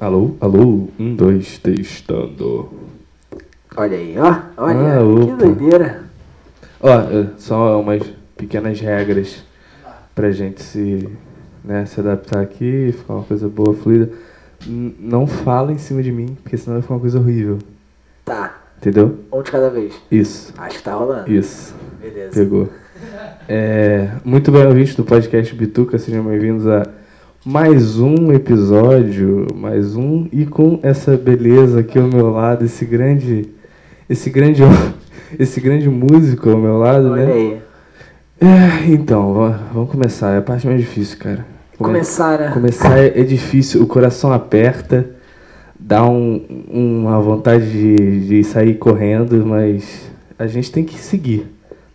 Alô, alô, um, dois, testando. Olha aí, ó. Olha, Ah, que opa. doideira. Ó, é, só umas pequenas regras pra gente se, né, se adaptar aqui, ficar uma coisa boa, fluida. N- Não fala em cima de mim, porque senão vai ficar uma coisa horrível. Tá, Entendeu? um de cada vez. Isso, Acho que tá rolando. isso. Beleza. Pegou. É, muito bem ouvintes do podcast Bituca, sejam bem-vindos a mais um episódio, mais um, e com essa beleza aqui ao meu lado, esse grande, esse grande, esse grande músico ao meu lado, Olha né? aí. É, então, va- vamos começar, é a parte mais difícil, cara. Come- Começar, né? Começar é é difícil, o coração aperta, dá um- uma vontade de, de sair correndo, mas a gente tem que seguir,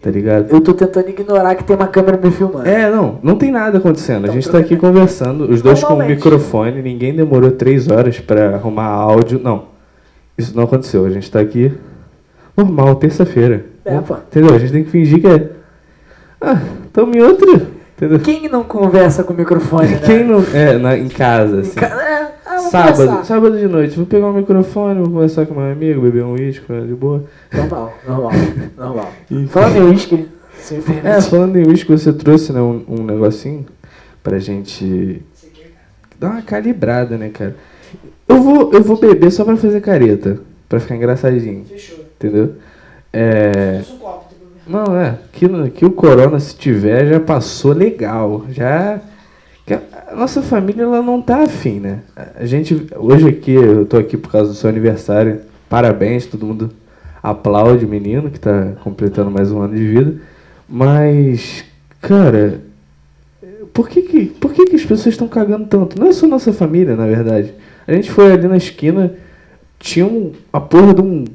tá ligado? Eu tô tentando ignorar que tem uma câmera me filmando. É, não, não tem nada acontecendo. a Então, gente tá aqui conversando, os dois com o Normalmente. microfone, ninguém demorou três horas pra arrumar áudio. Não, isso não aconteceu. A gente tá aqui normal, terça-feira. É, pô. Entendeu? A gente tem que fingir que é. Ah, tamo em outro. Entendeu? Quem não conversa com o microfone, né? Quem não. É, na- em casa, Em assim. ca- É, ah, vamos Sábado, conversar. sábado de noite, vou pegar o microfone, vou conversar com meu amigo, beber um uísque, de boa. Normal, normal, normal. Enfim. Falando em uísque, se me permite. É, falando em uísque, você trouxe né, um, um negocinho pra gente dar uma calibrada, né, cara? Eu vou, eu vou beber só pra fazer careta, pra ficar engraçadinho, Fechou. entendeu? É. Usa um copo, tem problema. Não, é. Que, no- que o corona, se tiver, já passou legal. Já. que a, a nossa família, ela não tá afim, né? A gente. Hoje aqui, eu tô aqui por causa do seu aniversário. Parabéns, todo mundo aplaude o menino que tá completando mais um ano de vida. Mas. Cara. Por que que, por que, que as pessoas estão cagando tanto? Não é só nossa família, na verdade. A gente foi ali na esquina, tinha um, a porra de um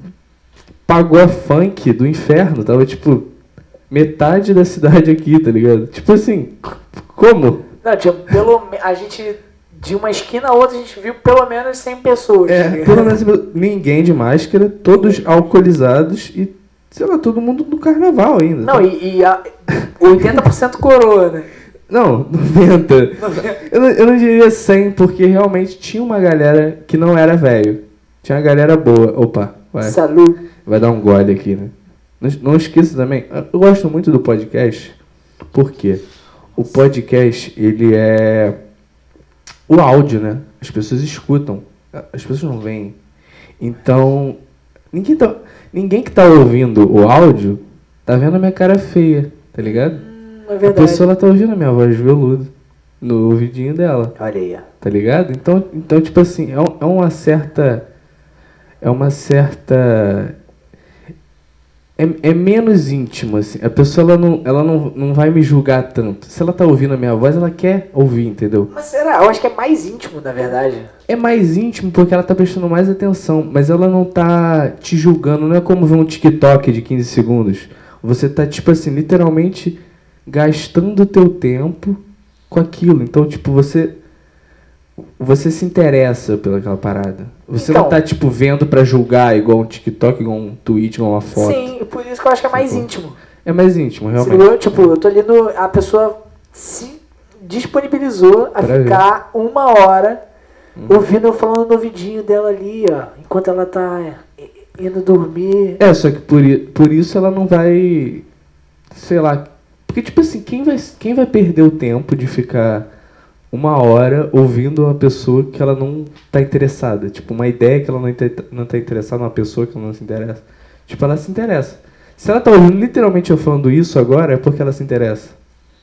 pagou funk do inferno. Tava tipo metade da cidade aqui, tá ligado? Tipo assim, c- como? Não, tinha pelo me- A gente, de uma esquina a outra, a gente viu pelo menos 100 pessoas. tá É, pelo menos ninguém de máscara, todos alcoolizados e, sei lá, todo mundo no carnaval ainda. Não, e, e a, 80% coroa, né? Não, 90. Eu, não- eu não diria 100, porque realmente tinha uma galera que não era velho. Tinha uma galera boa. Opa, vai. Salud. Vai dar um gole aqui, né? Não, não esqueça também, eu gosto muito do podcast, porque o podcast, ele é o áudio, né? As pessoas escutam, as pessoas não veem. Então, ninguém, tá, ninguém que tá ouvindo o áudio tá vendo a minha cara feia, tá ligado? Hum, é A verdade. pessoa ela tá ouvindo a minha voz de veludo no ouvidinho dela Olha aí, ó. tá ligado? Então, então tipo assim, é, um- é uma certa. É uma certa. É, é menos íntimo, assim. A pessoa ela não, ela não, não vai me julgar tanto. Se ela tá ouvindo a minha voz, ela quer ouvir, entendeu? Mas será? Eu acho que é mais íntimo, na verdade. É mais íntimo porque ela tá prestando mais atenção, mas ela não tá te julgando. Não é como ver um TikTok de 15 segundos. Você tá, tipo assim, literalmente gastando o teu tempo com aquilo. Então, tipo, você. Você se interessa pelaquela parada. Você não Então. tá, tipo, vendo pra julgar igual um TikTok, igual um tweet, igual uma foto. Sim, por isso que eu acho que é mais Sacou? íntimo. É mais íntimo, Se realmente. ligou? Tipo, eu tô ali no. A pessoa se disponibilizou a Pra ver. Uhum. ficar uma hora ouvindo eu falando no ouvidinho dela ali, ó. Enquanto ela tá i- indo dormir. É, só que por, i- por isso ela não vai. Sei lá. Porque, tipo assim, quem vai, quem vai perder o tempo de ficar uma hora ouvindo uma pessoa que ela não tá interessada? Tipo, uma ideia que ela não, inte- não tá interessada, uma pessoa que ela não se interessa. Tipo, ela se interessa. Se ela tá ouvindo literalmente eu falando isso agora, é porque ela se interessa.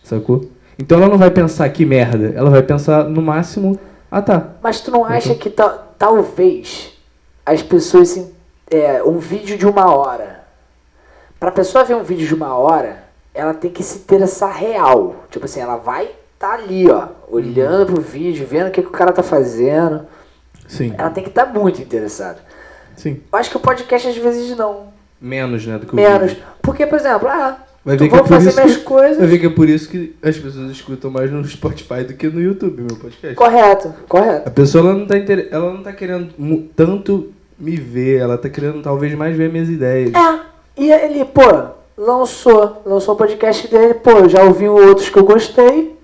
Sacou? Então ela não vai pensar que merda. Ela vai pensar, no máximo, ah tá. Mas tu não acha que ta- talvez as pessoas. se- é, um vídeo de uma hora. Pra pessoa ver um vídeo de uma hora, ela tem que se interessar real. Tipo assim, ela vai tá ali, ó. Olhando Uhum. pro vídeo, vendo o que, que o cara tá fazendo. Sim, Ela tem que estar muito interessada. sim. Eu acho que o podcast às vezes não. Menos, né, do que o Menos. vídeo. Porque, por exemplo, ah, Vai tu ver, que é vou por fazer isso minhas que, vai coisas. ver que é por isso que as pessoas escutam mais no Spotify do que no YouTube, meu podcast. Correto, correto. A pessoa ela não, tá inter... ela não tá querendo mu- tanto me ver, ela tá querendo talvez mais ver minhas ideias. É, e ele, pô, lançou, lançou o podcast dele, pô, já ouvi Uhum. outros que eu gostei.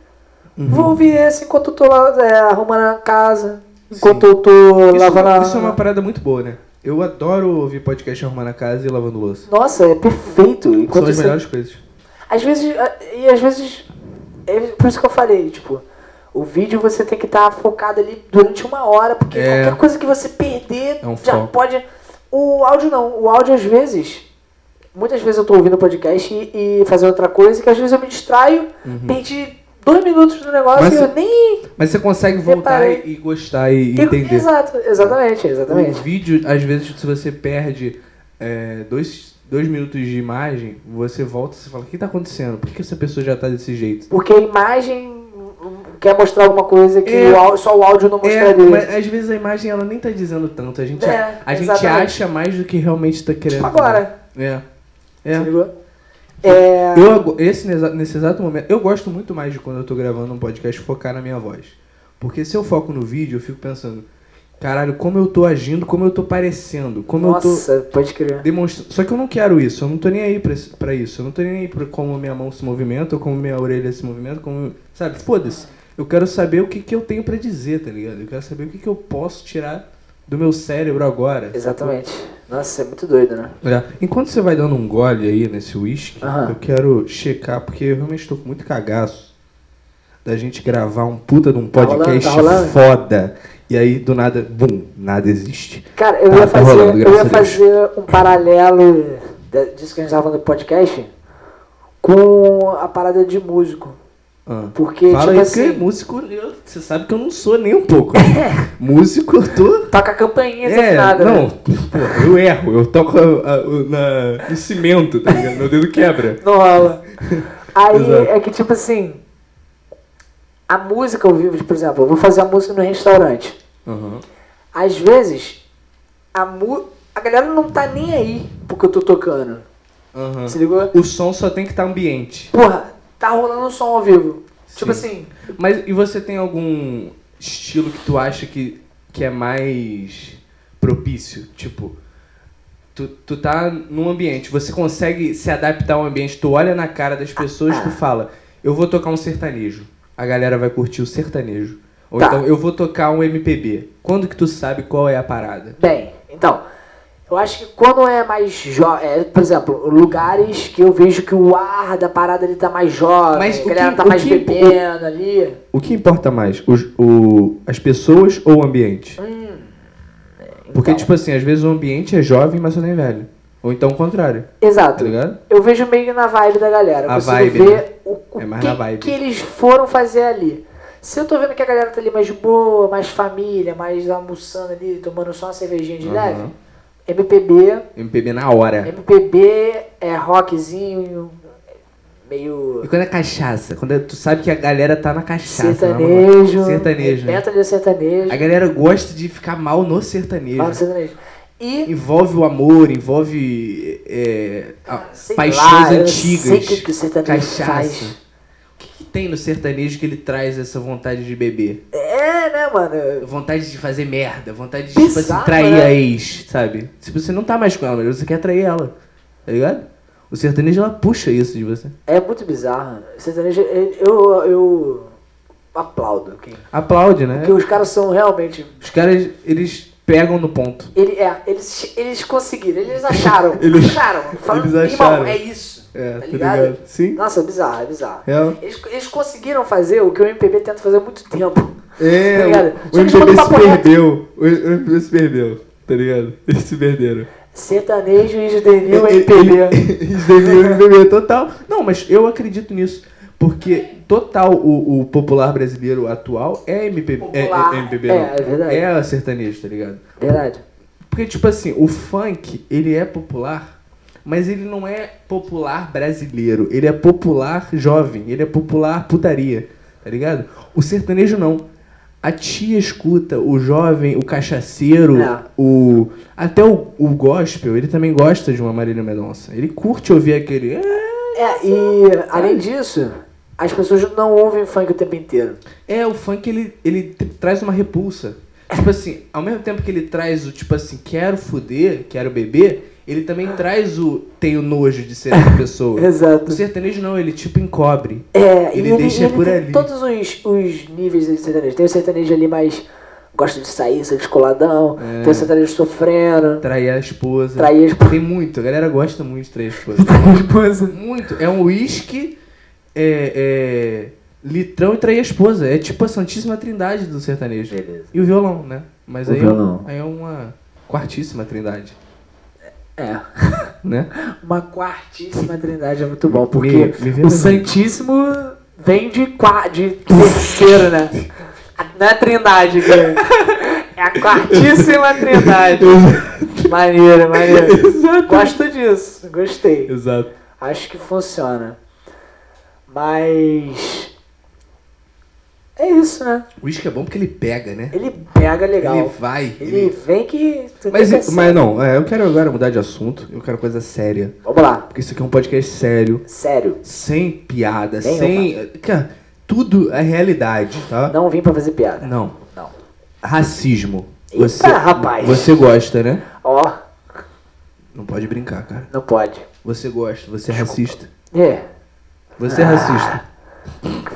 Vou ouvir esse enquanto eu tô lá é, arrumando a casa. enquanto eu tô Isso, lavando a. isso é uma parada muito boa, né? Eu adoro ouvir podcast arrumando a casa e lavando louça. Nossa, é perfeito. São Enquanto as você- melhores coisas. Às vezes. E às vezes. É por isso que eu falei, tipo, o vídeo você tem que estar focado ali durante uma hora, porque É. qualquer coisa que você perder É um já foco. pode. O áudio não. O áudio às vezes. Muitas vezes eu tô ouvindo podcast e, e fazendo outra coisa, que às vezes eu me distraio, perdi dois minutos do negócio Uhum. Mas- e eu nem. Mas você consegue voltar Reparei. e, e gostar e eu- entender. É. Exato, exatamente, O um exatamente. vídeo, às vezes, se você perde é, dois, dois minutos de imagem, você volta e você fala, o que tá acontecendo? Por que essa pessoa já tá desse jeito? Porque a imagem hum, quer mostrar alguma coisa que É. o áudio- só o áudio não É, mostraria. mas às vezes a imagem ela nem tá dizendo tanto. A gente, É, a gente exatamente. acha mais do que realmente tá querendo. Tipo agora. Tipo, é. É. É. Se ligou? Eu, ago- esse, nessa- nesse exato momento, eu gosto muito mais de quando eu tô gravando um podcast focar na minha voz. Porque se eu foco no vídeo, eu fico pensando, caralho, como eu tô agindo, como eu tô parecendo, como eu tô. Nossa, pode crer. demonstrando. Só que eu não quero isso, eu não tô nem aí pra, esse- pra isso. Eu não tô nem aí pra como minha mão se movimenta, ou como minha orelha se movimenta, como. Sabe, foda-se. Eu quero saber o que, que eu tenho pra dizer, tá ligado? Eu quero saber o que, que eu posso tirar do meu cérebro agora. Exatamente. Nossa, é muito doido, né? É. Enquanto você vai dando um gole aí nesse uísque, Aham. eu quero checar, porque eu realmente tô com muito cagaço da gente gravar um puta de um Tá rolando, podcast tá rolando. foda. E aí, do nada, bum, nada existe. Cara, eu Tá- ia tá fazer, rolando, eu graças ia a Deus. fazer um paralelo da- disso que a gente tava falando do podcast com a parada de músico. Ah. Porque, Fala tipo aí, assim, porque músico, eu- você sabe que eu não sou nem um pouco. né? É. músico, eu tô. toca a campainha É, desafinada, não, né? pô, eu erro, eu toco a- a- o- na, no cimento, tá ligado? Meu dedo quebra. Não rola. Aí Exato. é que, tipo assim, a música ao vivo, por exemplo, eu vou fazer a música no restaurante. Aham. Às vezes, a, mu a galera não tá nem aí porque eu tô tocando. aham. Se ligou? O som só tem que estar ambiente. Porra, tá rolando um som ao vivo. Tipo Sim. assim, Mas e você tem algum estilo que tu acha que, que é mais propício? Tipo, tu, tu tá num ambiente, você consegue se adaptar ao ambiente, tu olha na cara das pessoas, tu fala, eu vou tocar um sertanejo. A galera vai curtir o sertanejo. Ou Tá. então, eu vou tocar um MPB. Quando que tu sabe qual é a parada? bem, então, eu acho que quando é mais jovem, por exemplo, lugares que eu vejo que o ar da parada ele tá mais jovem, Mas a o galera que- tá o mais que- bebendo ali. O que importa mais? Os- o- as pessoas ou o ambiente? Porque, então. tipo assim, às vezes o ambiente é jovem, mas só tem velho. Ou então o contrário, tá Exato. ligado? eu vejo meio na vibe da galera. Eu A consigo vibe, ver né? o, o É mais que, na vibe. que eles foram fazer ali. Se eu tô vendo que a galera tá ali mais de boa, mais família, mais almoçando ali, tomando só uma cervejinha de Aham. leve, MPB, MPB na hora. MPB é rockzinho, meio E quando é cachaça? Quando é- tu sabe que a galera tá na cachaça. sertanejo. É, né? Sertanejo. né? Meta de sertanejo. A galera gosta de ficar mal no Fala de sertanejo. sertanejo. E Envolve o amor, envolve é, a- Ah, sei paixões lá, eu antigas. sei o que que o sertanejo cachaça. faz. O que, que tem no sertanejo que ele traz essa vontade de beber? é, né, mano? Vontade de fazer merda, vontade de tipo assim, Bizarro, trair né? a ex, sabe? Se você não tá mais com ela, mas você quer trair ela, tá ligado? O sertanejo ela puxa isso de você. É muito bizarro. Sertanejo, ele- eu, eu aplaudo. quem- Aplaude, né? Porque os caras são realmente. Os caras, eles pegam no ponto. Ele, é, eles, eles conseguiram, eles acharam. Eles- acharam. Falam, eles Irmão, acharam." é isso. É, tá tá ligado? ligado? Sim. Nossa, é bizarro, é bizarro. É. Eles, eles conseguiram fazer o que o MPB tenta fazer há muito tempo. Tá É, ligado? o- Só que o eles MPB mandam se papo reto. perdeu. O o MPB se perdeu, tá ligado? Eles se perderam. Sertanejo e juvenil Ele- MPB. ele- Eles deviam o MPB total. Não, mas eu acredito nisso. Porque total o, o popular brasileiro atual é MPB. Popular, é, é MPB, é, não. é verdade. É sertanejo, tá ligado? Verdade. Porque, tipo assim, o funk, ele é popular, mas ele não é popular brasileiro. Ele é popular jovem, ele é popular putaria, tá ligado? O sertanejo não. A tia escuta, o jovem, o cachaceiro, É. o. Até o, o gospel, ele também gosta de uma Marília Mendonça. Ele curte ouvir aquele. "Ah, É, e além disso, as pessoas não ouvem funk o tempo inteiro. É, o funk ele, ele t- traz uma repulsa. Tipo assim, ao mesmo tempo que ele traz o tipo assim, quero fuder, quero beber, ele também traz o tenho nojo de ser essa pessoa. Exato. O sertanejo não, ele tipo encobre. É, Ele e ele, deixa ele por tem ali. todos os, os níveis de sertanejo. Tem o sertanejo ali mais gosta de sair, ser descoladão, É. então você tá ali sofrendo. Trair a esposa. Trair a esposa. Tem muito, a galera gosta muito de trair a esposa. muito. É um uísque, é, é, litrão e trair a esposa. É tipo a Santíssima Trindade do sertanejo. Beleza. E o violão, né? Mas O aí, é- violão. aí é uma quartíssima trindade, É. né? Uma quartíssima trindade é muito bom, Me- porque me vê o no- Santíssimo vem de, qua, de terceiro, né? Não é trindade, cara. É a quartíssima trindade. Maneiro, maneiro. Gosto disso, gostei. Exato. Acho que funciona. Mas. É isso, né? O uísque é bom porque ele pega, né? Ele pega legal. Ele Ele, vai. Ele... vem que. assim. tu tem Mas, que mas não, é, eu quero agora mudar de assunto. Eu quero coisa séria. Vamos lá, Porque isso aqui é um podcast sério. sério. sem piada, Nenhuma. sem. Cara, tudo é realidade, tá? Não vim pra fazer piada. Não. Não. Racismo. Eita, Você, rapaz. você gosta, né? Ó, Não pode brincar, cara. não pode. Você gosta, você é racista. É. Você é racista.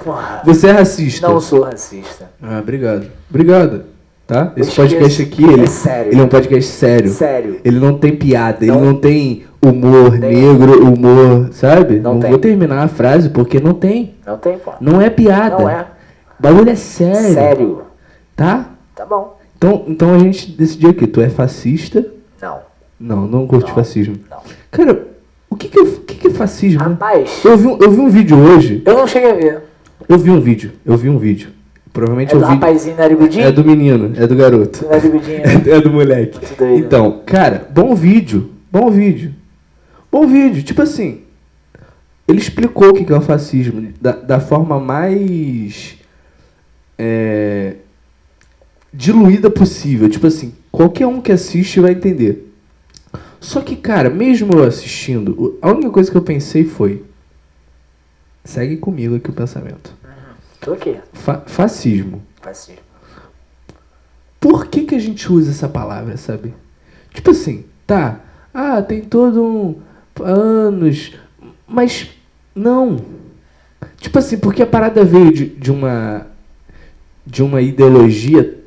Porra. Você é racista. Não sou racista. Ah, obrigado. Obrigado. Tá? Esse Eu podcast esqueço. aqui, ele É sério. ele é um podcast sério. Sério. Ele não tem piada, ele Não. não tem humor Tem. negro, humor, sabe? Não tem. vou terminar a frase porque não tem. Não tem pô. Não é piada. Não é. O bagulho é sério. Sério. Tá? Tá bom. Então, então a gente decidiu aqui, tu é fascista? Não. Não, não curto Não, fascismo. não. Cara, o que que é, o que que é fascismo? né? Rapaz, Eu vi, um- eu vi um vídeo hoje, eu não cheguei a ver. eu vi um vídeo, eu vi um vídeo. Provavelmente É do eu vi... rapazinho É narigudinho? do menino, é do garoto. Do narigudinho. É do, é do moleque. Muito doido. Então, cara, bom vídeo, bom vídeo. Bom vídeo, tipo assim, ele explicou o que que é o fascismo da, da forma mais é, diluída possível. Tipo assim, qualquer um que assiste vai entender. Só que, cara, mesmo eu assistindo, o- a única coisa que eu pensei foi. Segue comigo aqui o pensamento. Tô aqui. Fa- fascismo. Fascismo. Por que, que a gente usa essa palavra, sabe? Tipo assim, tá. Ah, tem todo um. anos. Mas. Não. Tipo assim, porque a parada veio de, de uma. de uma ideologia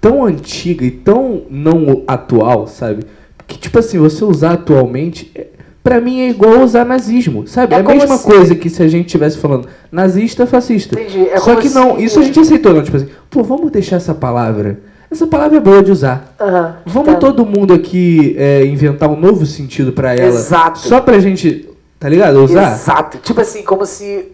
tão antiga e tão não atual, sabe? Que, tipo assim, você usar atualmente. é- Pra mim é igual usar nazismo, sabe? É É, a como mesma se- coisa que se a gente estivesse falando nazista, fascista. Entendi, é Só como que se- não, isso a gente aceitou, não. Tipo assim, pô, vamos deixar essa palavra. Essa palavra é boa de usar. Aham. Vamos Tá. todo mundo aqui é, inventar um novo sentido pra ela. Exato. Só pra gente, tá ligado? Usar. Exato. Tipo assim, como se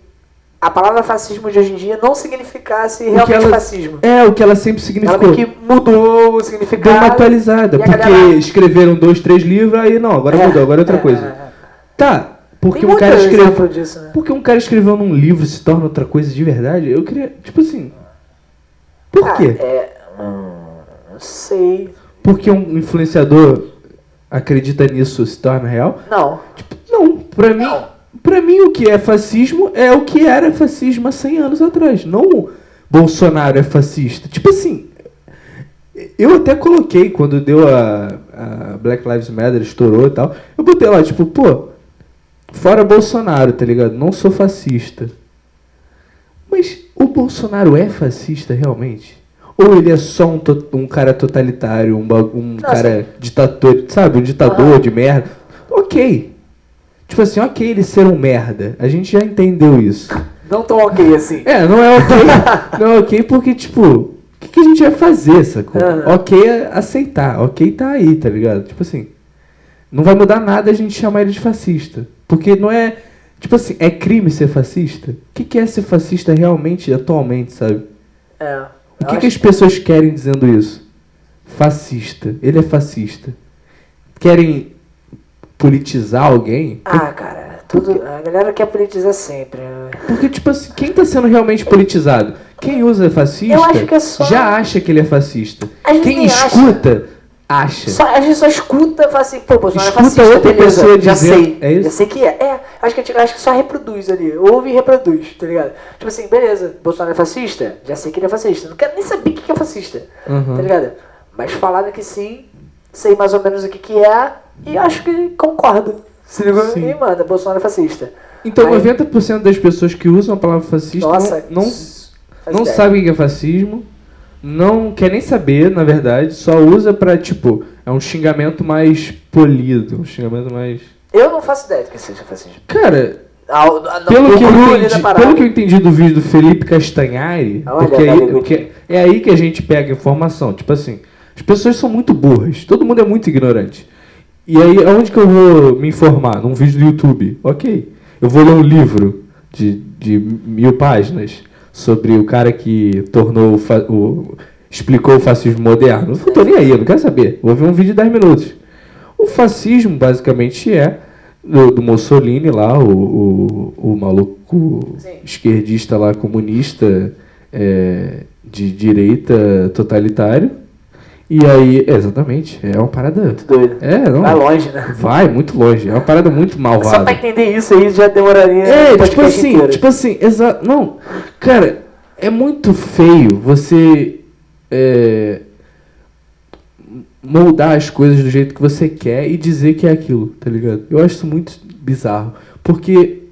a palavra fascismo de hoje em dia não significasse O que realmente ela- fascismo. É, o que ela sempre Ela significou. meio que mudou o Deu uma significado. atualizada. E a Porque galera- escreveram dois, três livros, aí não, agora É, mudou, agora é outra é, coisa. é, é. Tá, porque Tem um muito cara escreveu. exemplo disso, né? Porque um cara escreveu num livro se torna outra coisa de verdade? Eu queria. Tipo assim. Por Ah, quê? É. hum, Não sei. Porque um influenciador acredita nisso se torna real? Não. Tipo, não, pra mim, Não. para mim o que é fascismo é o que era fascismo há 100 anos atrás, não o Bolsonaro é fascista. Tipo assim, eu até coloquei quando deu a, a Black Lives Matter estourou e tal, eu botei lá tipo, pô, fora Bolsonaro, tá ligado? Não sou fascista. Mas o Bolsonaro é fascista realmente? Ou ele é só um, to- um cara totalitário, um, bagu- um Não, cara ditador, sabe? Um ditador Aham. de merda. Ok. Tipo assim, ok ele ser um merda. A gente já entendeu isso. Não tão ok assim. É, não é ok. não é ok porque, tipo, o que, que a gente vai fazer, sacou? Aham. Ok é aceitar. Ok tá aí, tá ligado? Tipo assim, não vai mudar nada a gente chamar ele de fascista. Porque não é. Tipo assim, é crime ser fascista? O que, que é ser fascista realmente, atualmente, sabe? É. O Eu que, acho que as pessoas querem dizendo isso? Fascista. Ele é fascista. Querem politizar alguém? Ah, cara, tudo, a galera quer politizar sempre. né? Porque, tipo assim, quem tá sendo realmente politizado? Quem usa fascista Eu acho que é só- já acha que ele é fascista. Às vezes Quem nem acha. escuta, acha. Só, a gente só escuta e fala assim, pô, Bolsonaro Escuta é fascista, outra beleza, pessoa já dizer- sei, é isso? já sei que é. É, acho que, a gente- acho que só reproduz ali, ouve e reproduz, tá ligado? Tipo assim, beleza, Bolsonaro é fascista, já sei que ele é fascista, não quero nem saber o que que é fascista, Uhum. tá ligado? Mas falado que sim, sei mais ou menos o que que é e acho que concordo. Se ligou? Sim. E manda, Bolsonaro é fascista. Então, Aí- 90% das pessoas que usam a palavra fascista Nossa, não, faz não, não ideia. sabem o que é fascismo, não quer nem saber, na verdade, só usa pra, tipo, é um xingamento mais polido, um xingamento mais. Eu não faço ideia do que seja fascismo. Cara, Ah, o- ah, não, pelo o que, eu Bruno entendi, da parada. É pelo que eu entendi do vídeo do Felipe Castanhari, Olha, porque aí, Felipe. porque é aí que a gente pega a informação. Tipo assim, as pessoas são muito burras, todo mundo é muito ignorante. E aí, aonde que eu vou me informar? Num vídeo do YouTube. Ok. Eu vou ler um livro de, de mil páginas sobre o cara que tornou o, fa- o- explicou o fascismo moderno. Eu não tô nem aí, eu não quero saber. Vou ver um vídeo de 10 minutos. O fascismo, basicamente, é do, do Mussolini lá, o, o, o maluco Sim. esquerdista lá, comunista, é, de direita totalitário. E aí, é, exatamente, é uma parada. Doido. É, não. Vai longe, né? Vai, muito longe. É uma parada muito Só tá pra malvada. entender isso aí já demoraria. É, um tipo podcast assim, inteiro. tipo assim, exato. Não, cara, é muito feio você é, moldar as coisas do jeito que você quer e dizer que é aquilo, tá ligado? Eu acho isso muito bizarro. Porque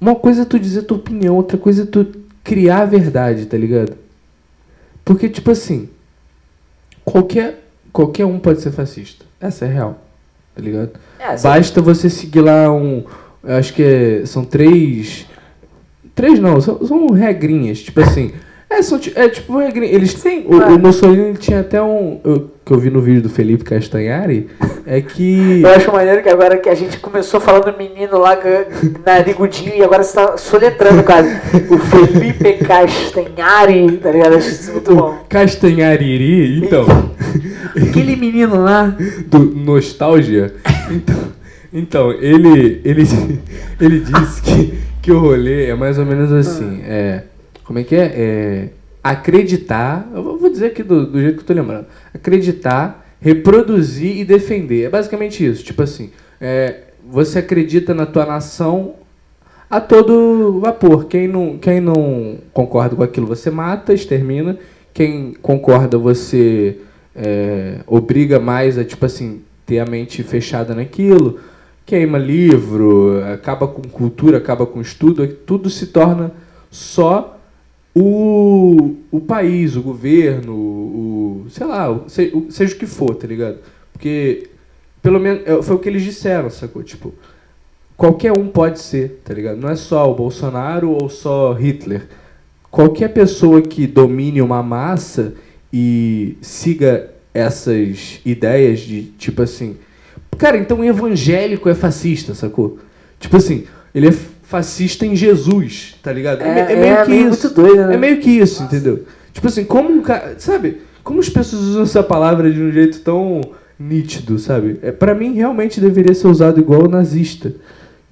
uma coisa é tu dizer tua opinião, outra coisa é tu criar a verdade, tá ligado? Porque, tipo assim, qualquer, qualquer um pode ser fascista. Essa é real, tá ligado? É, sim. Basta você seguir lá um. Eu acho que é- são três. Três não, são, são regrinhas. Tipo assim. É, são, ti- é tipo regrinha. Eles têm. O, claro. o Mussolini ele tinha até um. eu- que eu vi no vídeo do Felipe Castanhari. É que. Eu acho maneiro que agora que a gente começou falando menino lá gan- narigudinho e agora você tá soletrando quase. O Felipe Castanhari, tá ligado? Acho isso muito bom. Castanhariri, então. Aquele menino lá. do Nostalgia. Então, então ele, ele, ele disse que, que o rolê é mais ou menos assim. É, como é que é? É, acreditar. Eu vou- vou dizer aqui do, do jeito que eu tô lembrando. Acreditar, reproduzir e defender. É basicamente isso. Tipo assim, é, você acredita na tua nação a todo vapor. Quem não, quem não concorda com aquilo, você mata, extermina. Quem concorda, você é, obriga mais a, tipo assim, ter a mente fechada naquilo. Queima livro, acaba com cultura, acaba com estudo. é Tudo se torna só o, o país, o governo, o, sei lá, o- se- o- seja o que for, tá ligado? Porque, pelo menos, é, foi o que eles disseram, sacou? Tipo, qualquer um pode ser, tá ligado? Não é só o Bolsonaro ou só Hitler. Qualquer pessoa que domine uma massa e siga essas ideias de tipo assim. Cara, então o evangélico é fascista, sacou? Tipo assim, ele é fascista em Jesus, tá ligado? me- É- é meio muito doido, né? É meio que isso, entendeu? Tipo assim, como um cara. Sabe? Como as pessoas usam essa palavra de um jeito tão nítido, sabe? É, para mim, realmente deveria ser usado igual o nazista.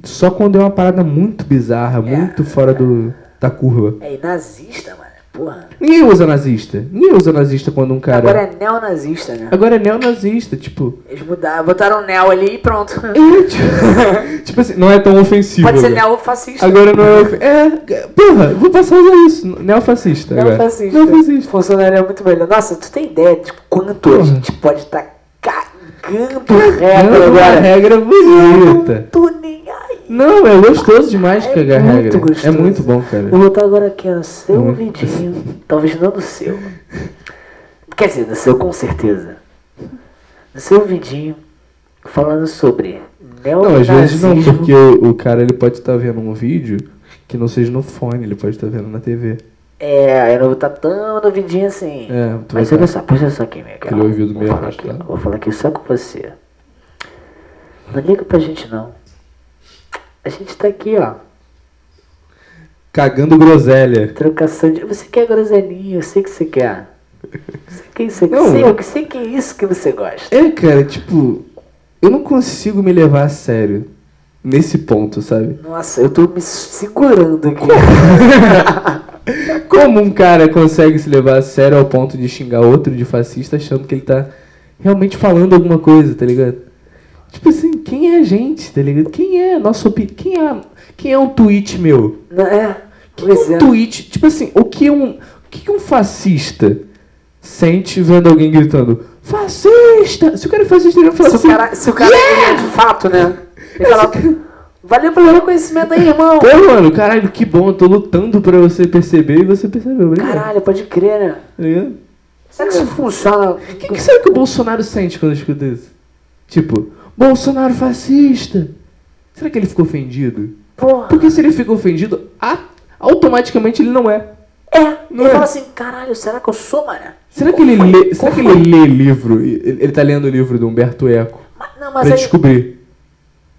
Só quando é uma parada muito bizarra, muito fora do, da curva. É e nazista, mano. Porra. Ninguém usa nazista. Ninguém usa nazista quando um cara. Agora é neonazista, né? Agora é neonazista, tipo. Eles mudaram, botaram neo ali e pronto. É, tipo, tipo assim, não é tão ofensivo. Pode ser né? neofascista. Agora não é. ofen- É, porra, vou passar a usar isso. Neofascista. É um agora. Neofascista. Neofascista. Funcionaria é muito melhor. Nossa, tu tem ideia de quanto a Porra. gente pode estar tá cagando É regra uma agora? regra Não bonita. tô nem aí. Não, é gostoso demais cagar muito regra. É gostoso. muito bom, cara. Eu vou botar agora aqui no seu Hum. ouvidinho. Talvez não no seu. Quer dizer, no seu com certeza. No seu ouvidinho, falando sobre Não, às vezes não, neonazismo. porque o, o cara ele pode estar vendo um vídeo que não seja no fone, ele pode estar vendo na TV. É, eu não vou estar tão duvidinho assim. É, tu Mas vai olha tá. só, presta atenção aqui, minha cara. Aquele ouvido meio vou falar aqui, afastado. vou falar aqui só com você. Não liga pra gente, não. A gente tá aqui, ó. Cagando groselha. Trocação de. Você quer groselinha, eu sei que você quer. Sei que isso aqui. Não. Sei, eu sei que é isso que você gosta. É, cara, tipo, eu não consigo me levar a sério nesse ponto, sabe? Nossa, eu tô me segurando aqui. Como um cara consegue se levar a sério ao ponto de xingar outro de fascista achando que ele tá realmente falando alguma coisa, tá ligado? Tipo assim, quem é a gente, tá ligado? Quem é a nossa opinião? Quem é, quem é um tweet meu? Não é? Que que Pois um é. tweet, tipo assim, o que um, o que que um fascista sente vendo alguém gritando fascista? Se o cara é fascista, ele vai falar Se o assim, cara, se o cara é de fato, né? Ele fala, valeu pelo reconhecimento aí, irmão. Pô, mano, caralho, que bom, eu tô lutando pra você perceber e você percebeu, obrigado. Caralho, pode crer, né? Tá ligado? Será que isso funciona? O que, é que será que o Bolsonaro sente quando escuta isso? Tipo, Bolsonaro fascista. Será que ele ficou ofendido? Porra. Porque se ele fica ofendido, a- automaticamente ele não é. É. Não ele é? fala assim, caralho, será que eu sou, mané? Será que ele lê, será que ele lê livro? Ele, ele tá lendo o livro do Humberto Eco Mas- Não, pra mas aí... descobrir.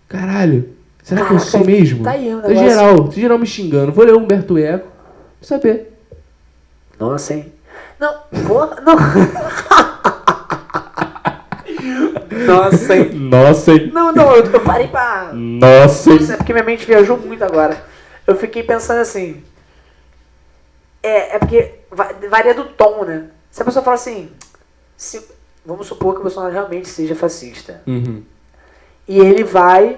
Caralho, será que eu Caraca, sou mesmo? tá aí um Tá negócio. geral, tá geral me xingando. Vou ler o Humberto Eco pra saber. Nossa, hein? Não, porra, não. Nossa, hein? Nossa, hein? Não, não, eu, eu parei pra... Nossa, Isso é porque minha mente viajou muito agora. Eu fiquei pensando assim. É, é porque va- varia do tom, né? Se a pessoa fala assim. se- vamos supor que o Bolsonaro realmente seja fascista. Uhum. E ele vai.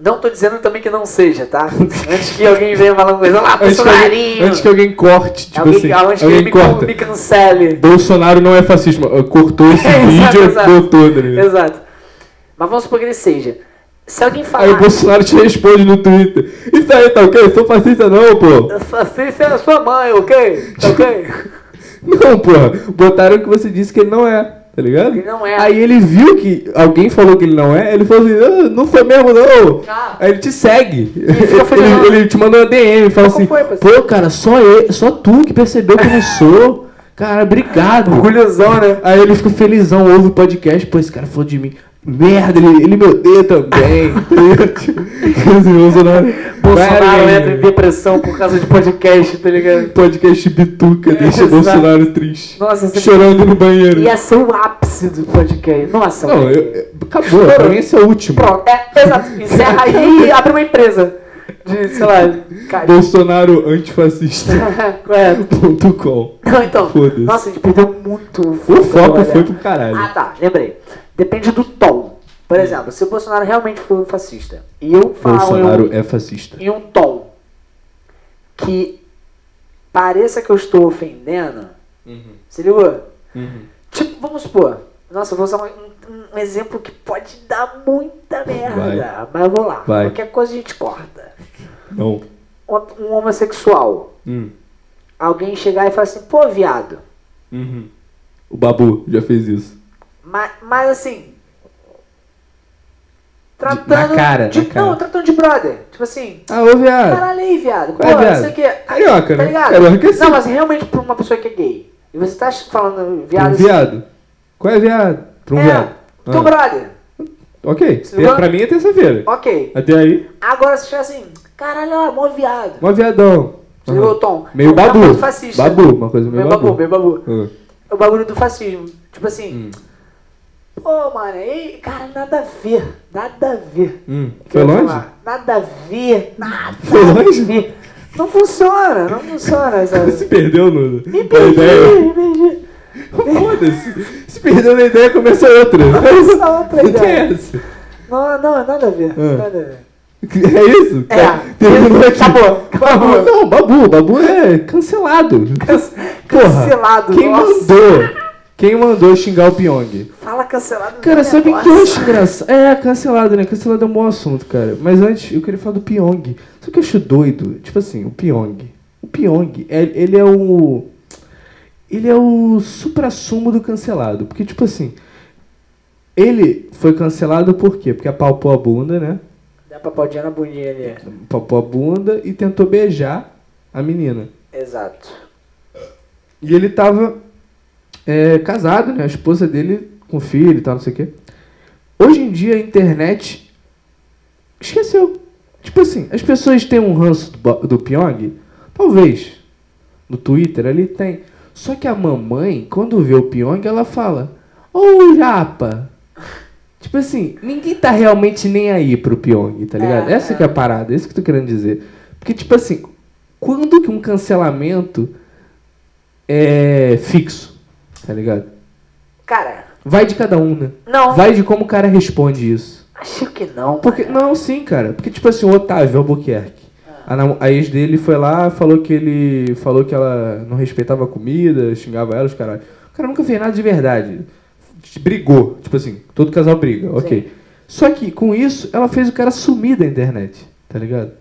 Não tô dizendo também que não seja, tá? Antes que alguém venha falando coisa lá, Antes que, alguém, Bolsonarinho! antes que alguém corte, tipo alguém, assim, antes que alguém alguém me, corta. me cancele. Bolsonaro não é fascismo. Ah, Cortou esse Exato, vídeo, exato. botou, tá ligado? Exato. Mas vamos supor que ele seja. Se alguém falar. Aí o Bolsonaro te responde no Twitter. Isso aí tá ok? Sou fascista não, pô. Fascista é a sua mãe, ok? Ok? Não, porra. Botaram que você disse que ele não é, tá ligado? Ele não é. Aí ele viu que alguém falou que ele não é, ele falou assim, "Ah, não foi mesmo, não. Ah. Aí ele te segue. fica feliz. Ele, ele te mandou uma DM e fala Como assim, foi, parceiro? pô, cara, só, eu, só tu que percebeu que eu não sou. Cara, obrigado. Orgulhosão, né? Aí ele fica felizão, ouve o podcast, pô, esse cara falou de mim. Merda, ele, ele me odeia também. Esse Bolsonaro. Bolsonaro Vai, entra em depressão por causa de podcast, tá ligado? Podcast bituca, deixa exato. Bolsonaro triste. Nossa, esse- chorando no banheiro. Ia ser o ápice do podcast. Nossa, Não, mano. eu, eu- acabou, pra mim esse é o último. Pronto, é, exato. Encerra aí e abre uma empresa. De, sei lá, cara. Bolsonaro antifascista. Correto. ponto com. Não, então. Foda-se. Nossa, a gente perdeu muito o O foco agora. foi pro caralho. Ah, tá. Lembrei. Depende do tom. Hum. Por exemplo, se o Bolsonaro realmente for um fascista e eu falar em um, Bolsonaro é fascista. em um tom que pareça que eu estou ofendendo, Uhum. se ligou? Tipo, vamos supor. Nossa, eu vou usar um, um- um exemplo que pode dar muita merda. Mas eu vou lá. Vai. Qualquer coisa a gente corta. Não. Um um homossexual. Alguém chegar e falar assim, pô, viado. uhum. O Babu já fez isso. Mas, mas assim. Tratando. na cara, de, na cara. Não, tratando de brother. Tipo assim. Ah, ô viado. Caralho aí, viado. Pô, Qual é, não viado? sei o que. Carioca, tá né? ligado? Carioca é assim. Não, mas realmente pra uma pessoa que é gay. E você tá falando viado. Um assim, viado. Qual é viado? Pra um é, viado. Tu Ah. brother. Ok. Se não- Pra mim é terça-feira. Ok. Até aí, Agora se chega assim, caralho, ó, mó viado. mó viadão. Você viu o Aham. tom? Meio É uma coisa babu. fascista. Babu, uma coisa meio Meio babu, meio babu. Ah. Hum. É o bagulho do fascismo. Tipo assim. Pô, mano, ei, cara, nada a ver. Nada a ver. Hum, Que foi eu ia longe? falar. Nada a ver. Nada Foi longe? a ver. Não funciona, não funciona, Você se sabe? perdeu no, Me na perdi, ideia. é- me perdi. Foda-se. Se perdeu na ideia, começa outra. Começa outra Não tem ideia. essa. Não, não, nada a ver. Ah. Nada a ver. É isso? É. Tá- Terminou aqui. Acabou, acabou. Babu, não, Babu. Babu é cancelado. Porra, Cancelado, Quem nossa. mandou? Quem mandou xingar o Pyong? Fala cancelado. Cara, não, sabe o né? que eu Nossa. acho engraçado? É, cancelado, né? Cancelado é um bom assunto, cara. Mas antes, eu queria falar do Pyong. Sabe o que eu acho doido? Tipo assim, o Pyong. O Pyong, é- ele é o... Ele é o supra-sumo do cancelado. Porque, tipo assim... Ele foi cancelado por quê? Porque apalpou a bunda, né? Dá pra paudinha na bundinha ali. Apalpou a bunda e tentou beijar a menina. Exato. E ele tava é, casado, né? A esposa dele com filho e tal, não sei o quê. Hoje em dia a internet esqueceu. Tipo assim, as pessoas têm um ranço do, Ba- do Pyong? Talvez. No Twitter ali tem. Só que a mamãe, quando vê o Pyong, ela fala: Ô japa! Tipo assim, ninguém tá realmente nem aí pro Pyong, tá ligado? É, Essa é. que é a parada, isso que eu tô querendo dizer. Porque, tipo assim, quando que um cancelamento é fixo, tá ligado? Cara, Vai de cada um, né? Não. Vai de como o cara responde isso. acho que não. Porque, não, sim, cara. Porque, tipo assim, o Otávio Albuquerque. A, namo- a ex dele foi lá, falou que ele. Falou que ela não respeitava a comida, xingava ela, os caralho. O cara nunca fez nada de verdade. Brigou. Tipo assim, todo casal briga, ok. Só que, com isso, ela fez o cara sumir da internet, tá ligado?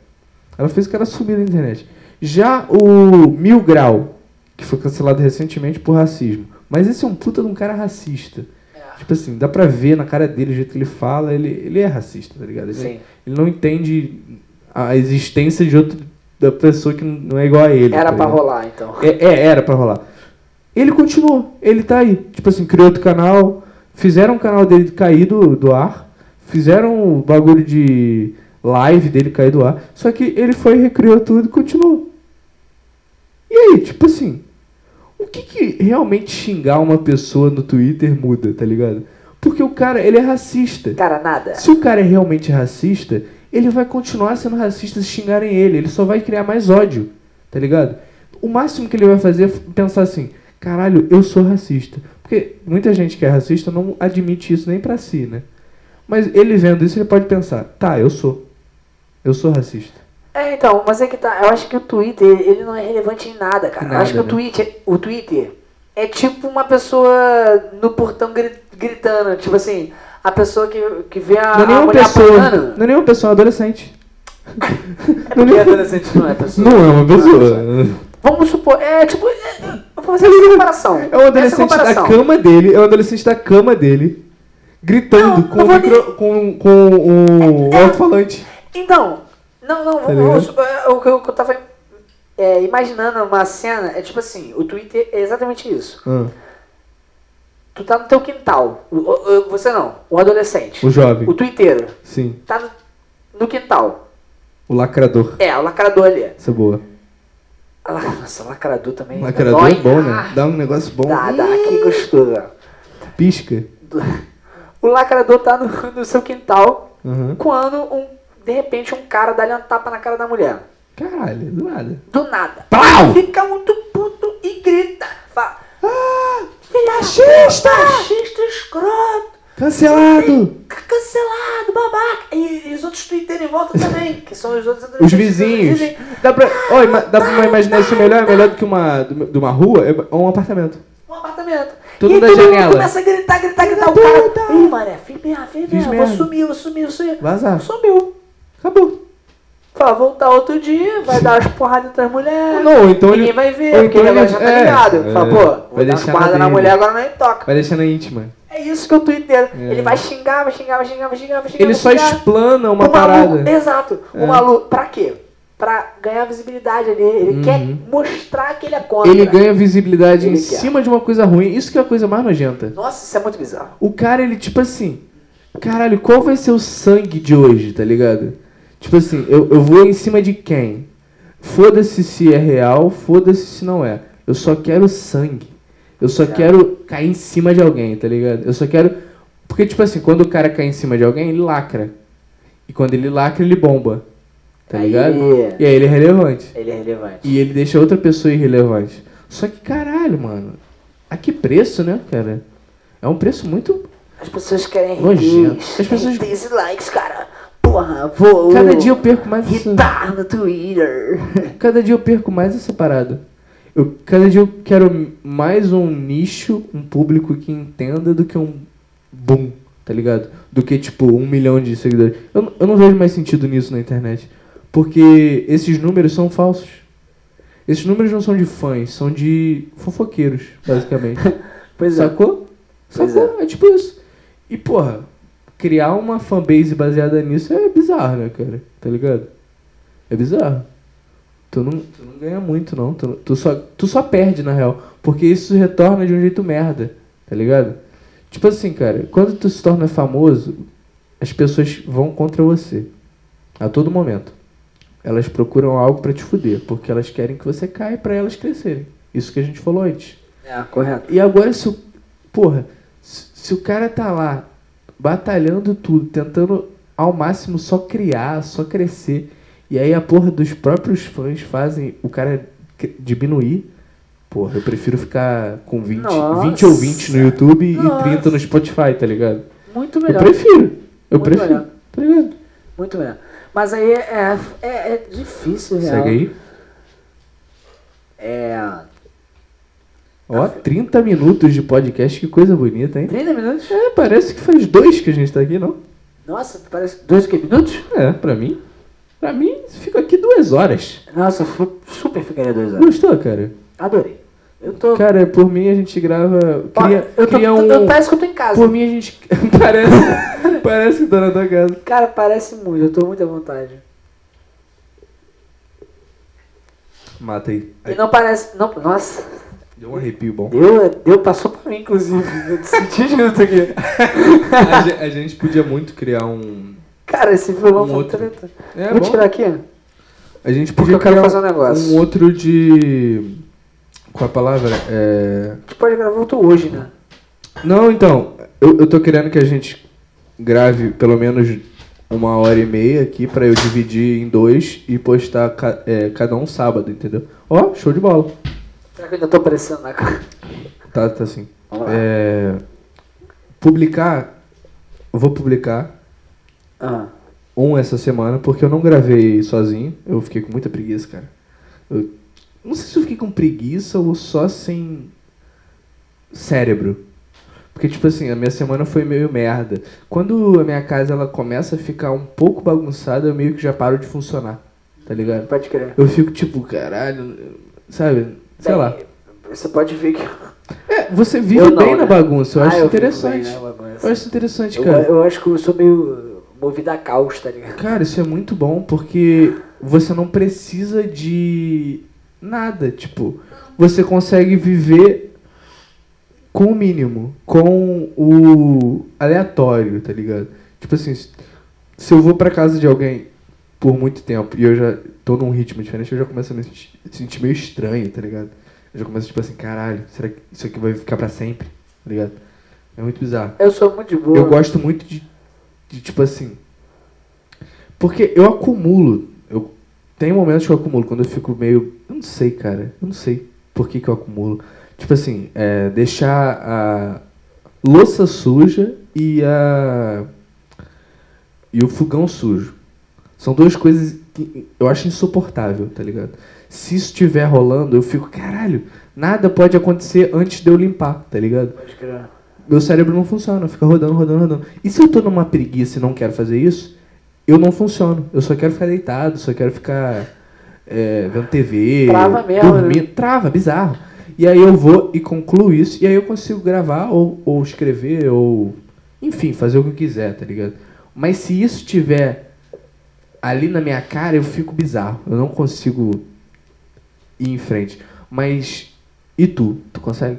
Ela fez o cara sumir da internet. Já o Mil Grau, que foi cancelado recentemente por racismo, Mas esse é um puta de um cara racista. É. Tipo assim, dá pra ver na cara dele, o jeito que ele fala, ele, ele é racista, tá ligado? Ele, Sim. ele não entende a existência de outra da pessoa que não é igual a ele. Era tá pra ligado? rolar, então. É, é, era pra rolar. Ele continuou, ele tá aí. Tipo assim, criou outro canal, fizeram o canal dele cair do, do ar, fizeram o bagulho de live dele cair do ar, só que ele foi, recriou tudo e continuou. E aí, tipo assim, o que que realmente xingar uma pessoa no Twitter muda, tá ligado? Porque o cara, ele é racista. Cara, nada. Se o cara é realmente racista, ele vai continuar sendo racista se xingarem ele. Ele só vai criar mais ódio, tá ligado? O máximo que ele vai fazer é pensar assim: caralho, eu sou racista. Porque muita gente que é racista não admite isso nem pra si, né? Mas ele vendo isso, ele pode pensar: tá, eu sou. Eu sou racista. É, então, mas é que tá. Eu acho que o Twitter, ele não é relevante em nada, cara. eu Nada, acho que né? o, Twitter, o Twitter é tipo uma pessoa no portão gri- gritando. Tipo assim, a pessoa que, que vê a, Não é a nenhuma mulher pessoa. apanhando. Não é nenhuma pessoa, é um adolescente. É porque adolescente não é pessoa. Não é uma pessoa. Vamos supor, é tipo. é- eu vou fazer essa comparação. É um essa adolescente da comparação. cama dele, é um adolescente da cama dele, gritando Não, com, não o vou micro- com, com o alto-falante. Então, não, não, Tá vamos, ligado? vamos- é, o que eu, o que eu tava é, imaginando uma cena é tipo assim, o Twitter é exatamente isso. Ah, Tu tá no teu quintal. O- o- o- você não, o adolescente. O jovem. O twitteiro. sim, Tá no, no quintal. o lacrador. É, o lacrador ali. Essa é boa. Ah, Nossa, lacrador também. Lacrador dói. é bom, né? Ah, Dá um negócio bom. Dá, dá, que gostoso. Pisca. O lacrador tá no, no seu quintal Aham. quando, um, de repente, um cara dá-lhe um tapa na cara da mulher. Caralho, do nada. Do nada. Pau! Fica muito puto e grita. Fala, Machista! machista escroto, Cancelado! c- cancelado, babaca. E, e os outros twitteiros em volta também, que são os outros... Os vizinhos. Dá pra, ó, ima- dá pra uma imaginar isso melhor? É melhor do que uma, de uma rua? É um apartamento. Um apartamento. Tudo e aí na todo janela. mundo começa a gritar, gritar, gritar. O Tá, cara... tá. Ih, mané, fiz merda, fiz merda. ah, Vou merda. sumir, vou sumir, vou sumir. Vazar. Sumiu. Acabou. Fala, voltar outro dia, vai dar umas porradas nas mulheres. Não, ou então ele- Ninguém vai ver, ou porque então ele agora ele- já tá é, ligado. Fala, é, pô, vai vou dar umas deixar na porradas na dele. mulher, agora nem toca. Vai deixando íntima. É isso que eu tô entendendo. É. Ele vai xingar, vai xingar, vai xingar, vai xingar, vai xingar. Ele vai só xingar. explana uma o maluco, parada. É. Exato. O maluco, pra quê? Pra ganhar visibilidade ali. Ele quer mostrar que ele é contra. Uhum. Ele ganha visibilidade Ele em quer. cima de uma coisa ruim. Isso que é a coisa mais nojenta. Nossa, isso é muito bizarro. O cara, ele, tipo assim, caralho, qual vai ser o sangue de hoje, tá ligado? Tipo assim, eu, eu vou em cima de quem? Foda-se se é real, foda-se se não é. Eu só quero sangue. Eu só quero cair em cima de alguém, tá ligado? Eu só quero. Porque, tipo assim, quando o cara cai em cima de alguém, ele lacra. E quando ele lacra, ele bomba. Tá Aí. ligado? E aí ele é relevante. Ele é relevante. E ele deixa outra pessoa irrelevante. Só que caralho, mano. A que preço, né, cara? É um preço muito. As pessoas querem Nojento. hits. As pessoas- hits e likes, cara. Porra, vou... Cada dia eu perco mais assim. essa. Hitar no Twitter. Cada dia eu perco mais essa parada. Eu, cada dia eu quero mais um nicho, um público que entenda do que um boom, tá ligado? Do que tipo um milhão de seguidores. Eu, n- eu não vejo mais sentido nisso na internet. Porque esses números são falsos. Esses números não são de fãs, são de fofoqueiros, basicamente. Pois é. Sacou? Pois Sacou? É. tipo isso. E, porra, criar uma fanbase baseada nisso é bizarro, né, cara? Tá ligado? É bizarro. Tu não, tu não ganha muito, não. Tu, não- tu, só, tu só perde, na real. Porque isso retorna de um jeito merda, tá ligado? Tipo assim, cara, quando tu se torna famoso, as pessoas vão contra você. A todo momento. Elas procuram algo pra te fuder, porque elas querem que você caia pra elas crescerem. Isso que a gente falou antes. É, correto. E agora se o. Porra, se, se o cara tá lá batalhando tudo, tentando ao máximo só criar, só crescer, e aí a porra dos próprios fãs fazem o cara cre- diminuir. Porra, eu prefiro ficar com 20, Nossa. 20 ou 20 no YouTube Nossa. e 30 no Spotify, tá ligado? Muito Eu melhor. prefiro. Eu Muito prefiro. melhor. Tá ligado? Muito melhor. Mas aí é, é, é difícil, real. Segue aí. É... Ó, 30 minutos de podcast, que coisa bonita, hein? 30 minutos? É, parece que faz dois que a gente tá aqui, não? Nossa, parece... Dois o quê? minutos? É, pra mim. Pra mim, fica aqui duas horas. Nossa, fu- super ficaria dois anos. Gostou, cara? Adorei. Eu tô. Cara, por mim a gente grava. Ó, Cria, eu tô, cria eu- um. eu- parece que eu tô em casa. Por mim a gente. parece, parece que tá na tua casa. Cara, parece muito, eu tô muito à vontade. Mata aí. E não parece. Não, nossa, Deu um arrepio bom. deu, deu, passou pra mim, inclusive. Eu senti junto aqui. a, ge- a gente podia muito criar um. Cara, esse violão Um foi outro. treta. É Vou bom. tirar aqui, A gente porque podia eu quero criar fazer um negócio. um outro de. Qual a palavra? É. A gente pode gravar outro hoje, né? Não, então, eu, eu tô querendo que a gente grave pelo menos uma hora e meia aqui pra eu dividir em dois e postar ca- é, cada um sábado, entendeu? Ó, show de bola. Será que eu ainda tô aparecendo na cara? Tá, tá assim. Vamos lá. É, publicar, eu vou publicar Ah, um essa semana, porque eu não gravei sozinho, eu fiquei com muita preguiça, cara. Eu, não sei se eu fiquei com preguiça ou só sem cérebro. Porque, tipo assim, a minha semana foi meio merda. Quando a minha casa ela começa a ficar um pouco bagunçada, eu meio que já paro de funcionar, tá ligado? pode crer. Eu fico tipo, caralho, sabe? Sei Bem, lá. Você pode ver que. É, você vive Eu não, bem na né? bagunça, eu Ah, acho eu fico interessante. bem, né, bagunça. Eu acho interessante, Eu, cara. eu acho que eu sou meio movido a caos, tá ligado? Cara, isso é muito bom porque você não precisa de nada, tipo, você consegue viver com o mínimo, com o aleatório, tá ligado? Tipo assim, se se eu vou pra casa de alguém por muito tempo e eu já tô num ritmo diferente, eu já começo a me senti- sentir meio estranho, tá ligado? Eu já começo tipo assim, caralho, será que isso aqui vai ficar pra sempre? Tá ligado? É muito bizarro. Eu sou muito de boa. Eu gosto muito de, de, tipo assim. Porque eu acumulo. Eu, tem momentos que eu acumulo, quando eu fico meio. Eu não sei, cara. Eu não sei por que, que eu acumulo. Tipo assim, é, deixar a louça suja e a. E o fogão sujo. São duas coisas que eu acho insuportável, tá ligado? Se isso estiver rolando, eu fico, caralho, nada pode acontecer antes de eu limpar, tá ligado? Pode crer. meu cérebro não funciona, fica rodando, rodando, rodando. E se eu tô numa preguiça e não quero fazer isso, eu não funciono. Eu só quero ficar deitado, só quero ficar é, vendo TV, Trava mesmo, né? dormindo. Trava, bizarro. E aí eu vou e concluo isso, e aí eu consigo gravar ou, ou escrever, ou enfim, fazer o que eu quiser, tá ligado? Mas se isso estiver ali na minha cara, eu fico bizarro. Eu não consigo ir em frente. Mas. E tu? Tu consegue?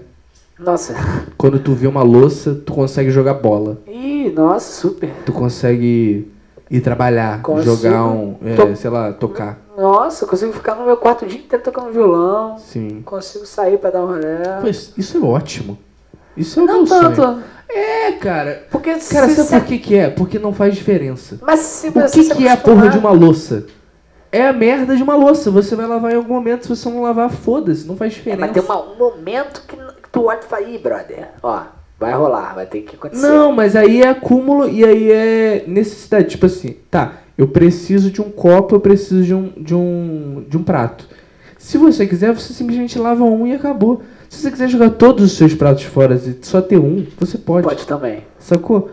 Nossa. Quando tu vê uma louça, tu consegue jogar bola. Ih, nossa, super. Tu consegue ir trabalhar, Consigo. jogar um. é, To- sei lá, tocar. Nossa, eu consigo ficar no meu quarto o dia inteiro tocando violão. Sim. Consigo sair pra dar um rolê. Pois, isso é ótimo. Isso é o Não meu tanto. sonho. É, cara. Porque Cara, se, sabe se- por que, que é? Porque não faz diferença. Mas se O que, que é a porra de uma louça? É a merda de uma louça. Você vai lavar em algum momento, se você não lavar, foda-se, não faz É, diferença. mas tem uma- um momento que, n- que tu olha e fala, ih, brother, ó, vai rolar, vai ter que acontecer. Não, mas aí é acúmulo e aí é necessidade. Tipo assim, tá, eu preciso de um copo, eu preciso de um, de um, de um prato. Se você quiser, você simplesmente lava um e acabou. Se você quiser jogar todos os seus pratos fora e só ter um, você pode. Pode também. Sacou?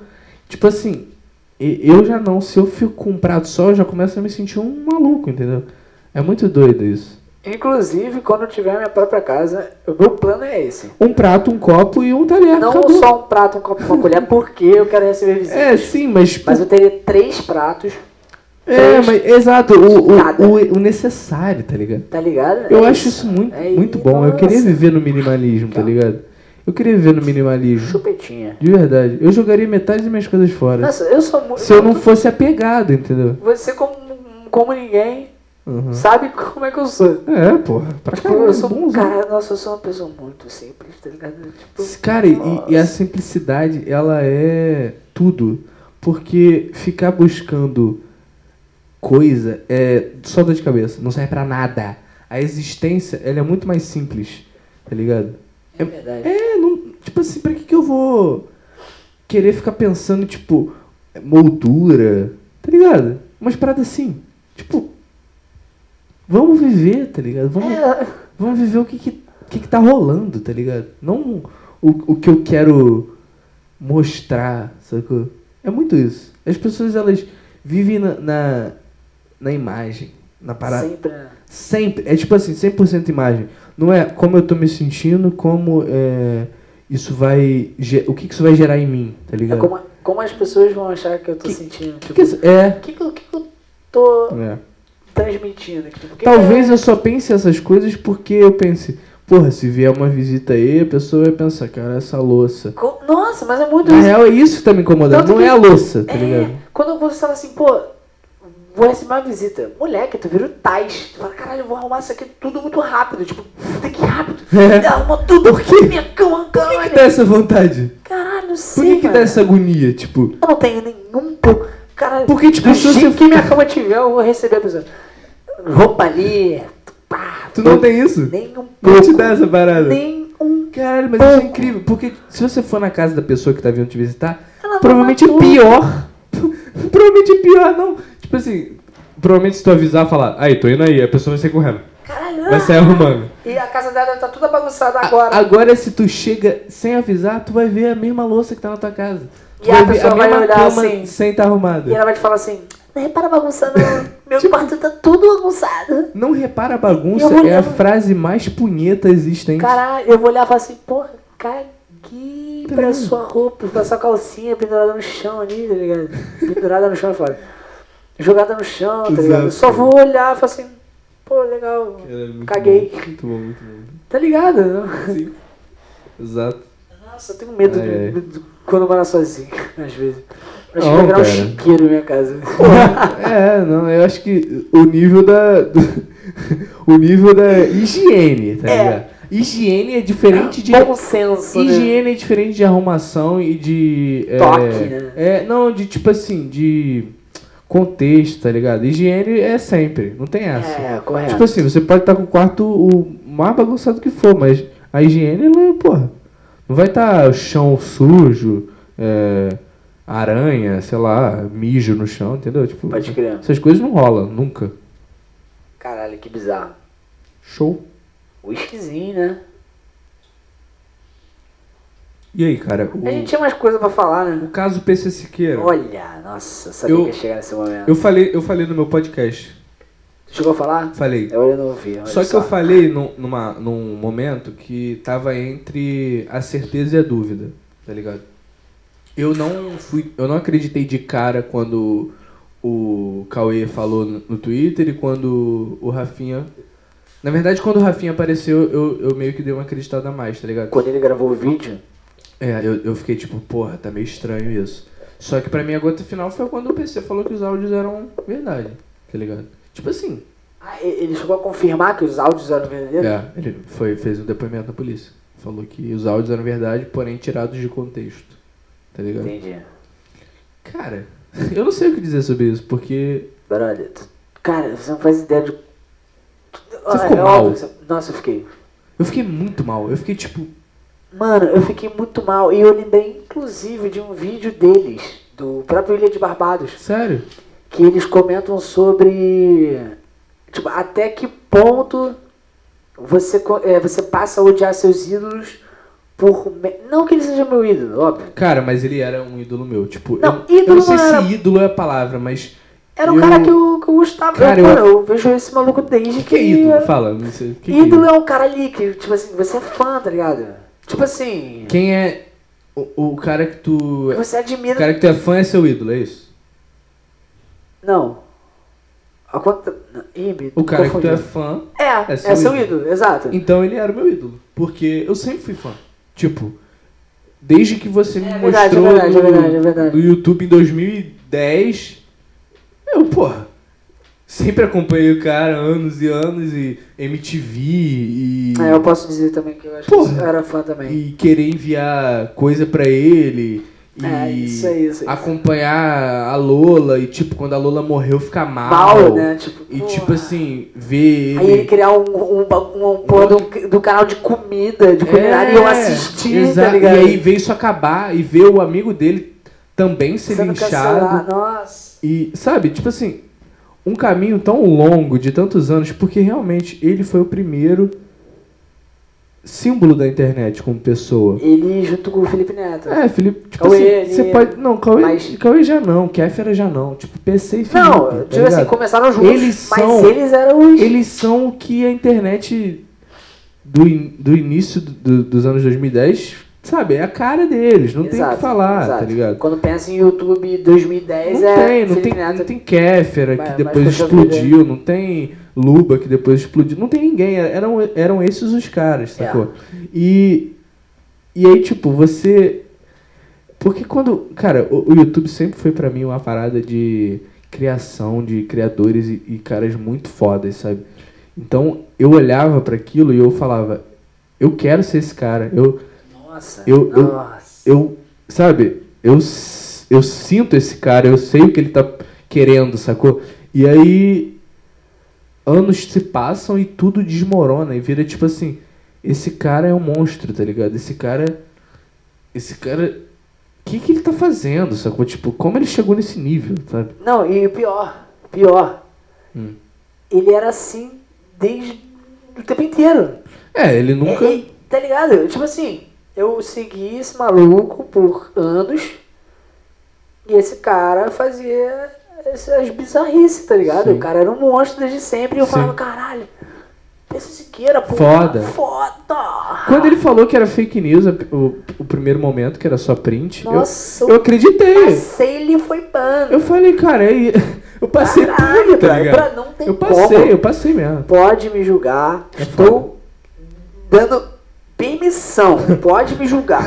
Tipo assim, e- eu já não. Se eu fico com um prato só, eu já começo a me sentir um maluco, entendeu? É muito doido isso. Inclusive, quando eu tiver a minha própria casa, o meu plano é esse. Um prato, um copo e um talher. Não acabou. só um prato, um copo, uma colher, porque eu quero receber visitas. É, sim, mas. Mas eu teria três pratos, É, Três mas exato, o, nada. o, o, o necessário, tá ligado? tá ligado? Eu É acho isso muito, É muito bom. Eu queria nossa. viver no minimalismo, tá ligado? Eu queria viver no minimalismo. Chupetinha. De verdade. Eu jogaria metade das minhas coisas fora. Nossa, eu sou muito. Se eu não fosse apegado, entendeu? Você, como, como ninguém, Uhum. sabe como é que eu sou. É, porra. Pra Tipo, eu sou caralho, é um bonzão. cara, nossa, eu sou uma pessoa muito simples, tá ligado? Tipo, Cara, e, e a simplicidade, ela é tudo. Porque ficar buscando coisa é só dor de cabeça, não serve pra nada. A existência, ela é muito mais simples, tá ligado? é verdade. É, não, tipo assim, pra que, que eu vou querer ficar pensando, tipo, moldura, tá ligado? Umas paradas assim. Tipo, vamos viver, tá ligado? Vamos, É, vamos viver o que que, o que que tá rolando, tá ligado? Não o, o que eu quero mostrar, sacou? É muito isso. As pessoas, elas vivem na, na, na imagem, na parada. Sempre, né? Sempre. É tipo assim, 100% imagem. Não é como eu tô me sentindo, como é, isso vai. ge- O que, que isso vai gerar em mim, tá É ligado? como, como as pessoas vão achar que eu tô Que- sentindo. O Tipo, que o isso- é. que, que, eu- o que que eu tô é. transmitindo aqui? Tipo, o que Talvez que eu só pense essas coisas porque eu pense, porra, se vier uma visita aí, a pessoa vai pensar, cara, essa louça. Co- Nossa, mas é muito Na isso. real é isso que tá me incomodando, Tanto não que- é a louça, tá ligado? É, quando você fala assim, pô, vou receber uma visita. Moleque, tu vira o Tais. Tu fala, caralho, eu vou arrumar isso aqui tudo muito rápido. Tipo, tem que ir rápido. É. Arruma tudo. Por quê? Minha Por cama, que, caralho. que dá essa vontade? Caralho, não sei, Por que, que dá mano. essa agonia? Tipo, Eu não tenho nenhum... po- Cara, Porque, tipo, do se você jeito for- que minha cama tiver, eu vou receber a pessoa. Roupa ali, pá. tu não tem isso? Nem um pouco. Não te dá essa parada. Nem um... Caralho, mas isso é Pouco. incrível, porque se você for na casa da pessoa que tá vindo te visitar, Ela vai provavelmente é arrumar tudo. pior. provavelmente é pior, não. Tipo assim, provavelmente se tu avisar, falar, aí, tô indo aí, a pessoa vai sair correndo, Caralho. ah." vai sair arrumando. E a casa dela tá toda bagunçada A- agora. Agora, se tu chega sem avisar, tu vai ver a mesma louça que tá na tua casa. Tu E a ver pessoa vai mesma olhar cama assim. sem estar arrumada. E ela vai te falar assim, não repara a bagunça não, meu Tipo quarto tá tudo bagunçado. Não repara a bagunça, Eu vou é a olhar- frase mais punheta existente. Caralho, eu vou olhar e falar assim, porra, caguei pra Caralho. sua roupa, pra sua calcinha pendurada no chão ali, tá ligado? Pendurada no chão, fora. Jogada no chão, tá ligado? Eu só Exato. vou olhar e falar assim, pô, legal, Era é muito caguei. bom, Muito bom, muito bom. Tá ligado? né? Sim. Exato. Nossa, eu tenho medo Ai, de- ai. de- de- quando eu morar sozinho, às vezes. Acho que É. Não, vai virar um cara. chiqueiro na minha casa. É, não, eu acho que o nível da. do- o nível da higiene, tá É. ligado? Higiene é diferente de. Bom senso, né? Higiene é diferente de arrumação e de. é, Toque, né? É, não, de tipo assim, de contexto, tá ligado? Higiene é sempre, não tem essa. É, correto. Tipo assim, você pode estar com o quarto o mais bagunçado que for, mas a higiene, ela, porra, não vai estar chão sujo, é, aranha, sei lá, mijo no chão, entendeu? Tipo, Pode crer. essas coisas não rolam, nunca. Caralho, que bizarro. Show. Whiskyzinho, né? E aí, cara, o, A gente tinha mais coisa pra falar, o né? caso PC Siqueira, Olha, nossa, eu sabia Eu- que ia chegar nesse momento. eu falei, eu falei no meu podcast, Chegou a falar? falei, Eu ainda não ouvi. olha Só que eu falei num, numa, num momento que tava entre a certeza e a dúvida, tá ligado? Eu não fui. Eu não acreditei de cara quando o Cauê falou no, no Twitter e quando o Rafinha. Na verdade, quando o Rafinha apareceu, eu, eu meio que dei uma acreditada a mais, tá ligado? Quando ele gravou o vídeo, É, eu, eu fiquei tipo, porra, tá meio estranho isso. Só que pra mim a gota final foi quando o PC falou que os áudios eram verdade, tá ligado? Tipo assim. ah, e- ele chegou a confirmar que os áudios eram verdadeiros? É, ele foi, fez um depoimento na polícia. Falou que os áudios eram verdade, porém tirados de contexto. Tá ligado? Entendi. Cara, eu não sei o que dizer sobre isso, porque. Brother, tu... cara, você não faz ideia de... Você ficou mal? Nossa, eu fiquei... Eu fiquei muito mal. Eu fiquei tipo. Mano, eu fiquei muito mal. E eu lembrei, inclusive, de um vídeo deles, do próprio Ilha de Barbados. Sério? que eles comentam sobre tipo, até que ponto você, co- é, você passa a odiar seus ídolos por. me- Não que ele seja meu ídolo, óbvio. Cara, mas ele era um ídolo meu. Tipo, Não, eu, eu ídolo não sei não era- se ídolo é a palavra, mas. Era o Eu- cara que eu, que eu gostava. Cara, eu, eu- mano, eu vejo esse maluco desde O que é ídolo? Fala. não sei, O que que é ídolo ídolo? é um cara ali que, tipo assim, você é fã, tá ligado? Tipo assim, Quem é. O, o cara que tu. O você admira. cara que tu é fã é seu ídolo, é isso? Não. A conta. Ih, me O cara que tu é confundi. fã É, é seu, ídolo, exato. Então ele era o meu ídolo. Porque eu sempre fui fã. Tipo, desde que você me É verdade, é mostrou verdade, é no, verdade, é verdade. no YouTube em 2010, eu, porra, sempre acompanhei o cara anos e anos e MTV e. É, eu posso dizer também que eu acho que Porra. eu era fã também. E querer enviar coisa pra ele. E É, isso aí, isso aí. acompanhar a Lola e, tipo, quando a Lola morreu, ficar mal. mal, né? Tipo, Ah, E, porra. tipo assim, ver Aí ele criar um, um, ba- um, um porra do, do canal de comida, de culinária, e eu assisti, É, exato. tá ligado? E aí ver isso acabar e ver o amigo dele também ser Sendo linchado. cancelado. Nossa. E, sabe, tipo assim, um caminho tão longo de tantos anos, porque realmente ele foi o primeiro símbolo da internet como pessoa. Ele junto com o Felipe Neto. É, Felipe, tipo Então, Cauê, assim, você ele- pode. Não, Cauê, mas- Cauê já não, Kéfera já não. Tipo, PC e Felipe. Não, tá tipo assim, ligado? começaram juntos, Eles mas são- eles eram os... Eles são o que a internet do, in- do início do- dos anos 2010, sabe, é a cara deles, não tem o Exato, que falar, exato. tá ligado? Quando pensa em YouTube 2010 Não é tem, não Felipe tem, Neto. não tem Kéfera Vai- que vai depois puxar a vida. explodiu, não tem Luba que depois explodiu, não tem ninguém, era- eram, eram esses os caras, É. sacou? E, e aí, tipo, você. Porque quando. Cara, o, o YouTube sempre foi pra mim uma parada de criação, de criadores e, e caras muito fodas, sabe? Então eu olhava pra aquilo e eu falava, eu quero ser esse cara, eu, Nossa, Eu- eu- nossa. eu sabe, eu, s- eu sinto esse cara, eu sei o que ele tá querendo, sacou? E aí anos se passam e tudo desmorona e vira tipo assim, esse cara é um monstro, tá ligado? Esse cara esse cara o que que ele tá fazendo, sacou? Tipo, como ele chegou nesse nível, sabe? Não, e o pior, pior, Hum. ele era assim desde o tempo inteiro. É, ele nunca É, é, tá ligado? Tipo assim, eu segui esse maluco por anos e esse cara fazia essas bizarrices, tá ligado? Sim. O cara era um monstro desde sempre e eu Sim. falava, caralho, pensa Siqueira, pô. Foda. Foda. Quando ele falou que era fake news, a- o, o primeiro momento, que era só print, eu- Nossa, eu, acreditei. Mas ele foi pano. Eu falei, cara, aí. Eu passei Caralho, tudo, tá brother, ligado? não tem Eu passei, como. Então, eu passei mesmo. Pode me julgar. É Estou dando permissão. Pode me julgar.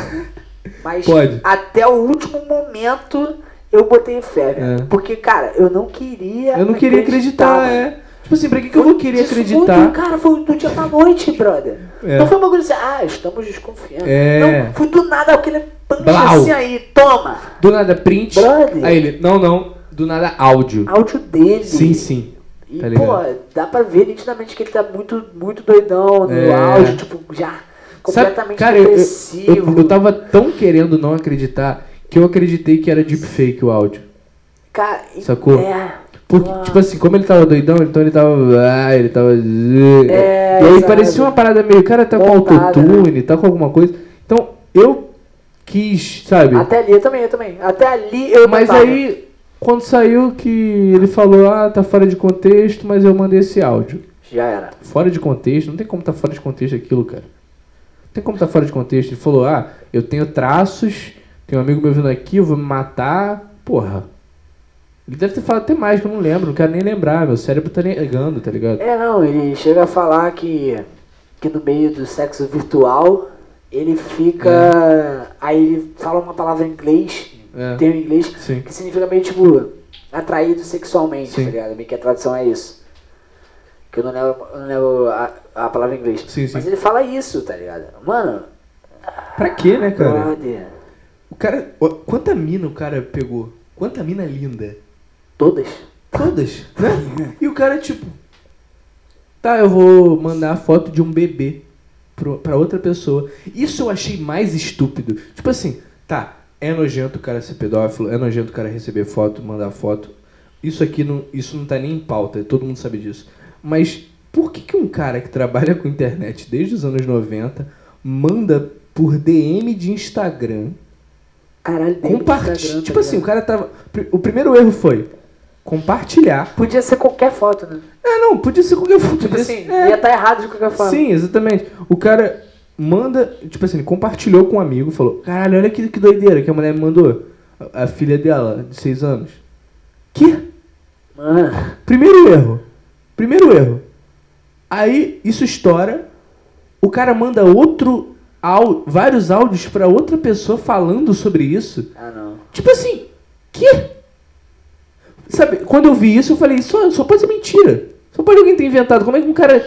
Mas Pode. até o último momento eu botei fé, velho. É. Porque, cara, eu não queria. Eu não queria acreditar, é. Tipo assim, pra que, que eu Foi vou querer disso acreditar? tudo, cara, foi do dia pra noite, brother. É. Não foi uma coisa assim, ah, estamos desconfiando. É. Não, foi do nada aquele punch Blau. assim aí, toma. Do nada print. Brother. Aí ele, não, não. Do nada áudio. Áudio dele. Sim, sim. E, Tá pô, ligado? dá pra ver nitidamente que ele tá muito, muito doidão no É. auge, tipo, já completamente cara, eu, eu, depressivo. eu, eu tava tão querendo não acreditar que eu acreditei que era deepfake o áudio. Cara, e- Sacou? É, Porque, Nossa. tipo assim, como ele tava doidão, então ele tava. Ah, ele É, tava. eh, e aí sabe? parecia uma parada meio. Cara, tá com Montada, né?" autotune, tá com alguma coisa. Então, eu quis, sabe? até ali eu também, eu também. Até ali eu Mas botava. aí, quando saiu que ele falou, ah, tá fora de contexto, mas eu mandei esse áudio. Já era. Fora de contexto, não tem como tá fora de contexto aquilo, cara. Não tem como tá fora de contexto. Ele falou, ah, eu tenho traços, tem um amigo meu vindo aqui, eu vou me matar. Porra. Ele deve ter falado até mais, que eu não lembro, não quero nem lembrar, meu cérebro tá negando, tá ligado? É, não, ele chega a falar que, que no meio do sexo virtual ele fica. Aí ele fala uma palavra em inglês, Uhum. É. tem um em inglês, Sim. que significa meio tipo atraído sexualmente, Sim. tá ligado? Meio que a tradução é isso. Que eu não lembro, eu não lembro a, a palavra em inglês. Sim, sim. Mas ele fala isso, tá ligado? Mano, Pra quê, né, cara? brother, O cara. ó, Quanta mina o cara pegou? Quanta mina linda. todas. Todas, né? E o cara, tipo. Tá, eu vou mandar a foto de um bebê pro, pra outra pessoa. Isso eu achei mais estúpido. Tipo assim, tá, é nojento o cara ser pedófilo, é nojento o cara receber foto, mandar foto. Isso aqui não, isso não tá nem em pauta, todo mundo sabe disso. Mas por que, que um cara que trabalha com internet desde os anos 90 manda por DM de Instagram Caralho, dele no Instagram, compartilhar? tá Tipo assim, o ligado? cara tava. O primeiro erro foi compartilhar. Podia ser qualquer foto, né? É, não, podia ser qualquer foto. Tipo podia assim, ser- é, ia tá estar errado de qualquer forma. sim, exatamente. O cara manda, tipo assim, ele compartilhou com um amigo, falou, caralho, olha que, que doideira que a mulher me mandou. A, a filha dela, de 6 anos. Que? Mano, Primeiro erro. Primeiro erro. Aí, isso estoura. O cara manda outro, áu- vários áudios pra outra pessoa falando sobre isso. ah não. Tipo assim, que? Sabe, quando eu vi isso, eu falei, só, só pode ser mentira. Só pode alguém ter inventado. Como é que um cara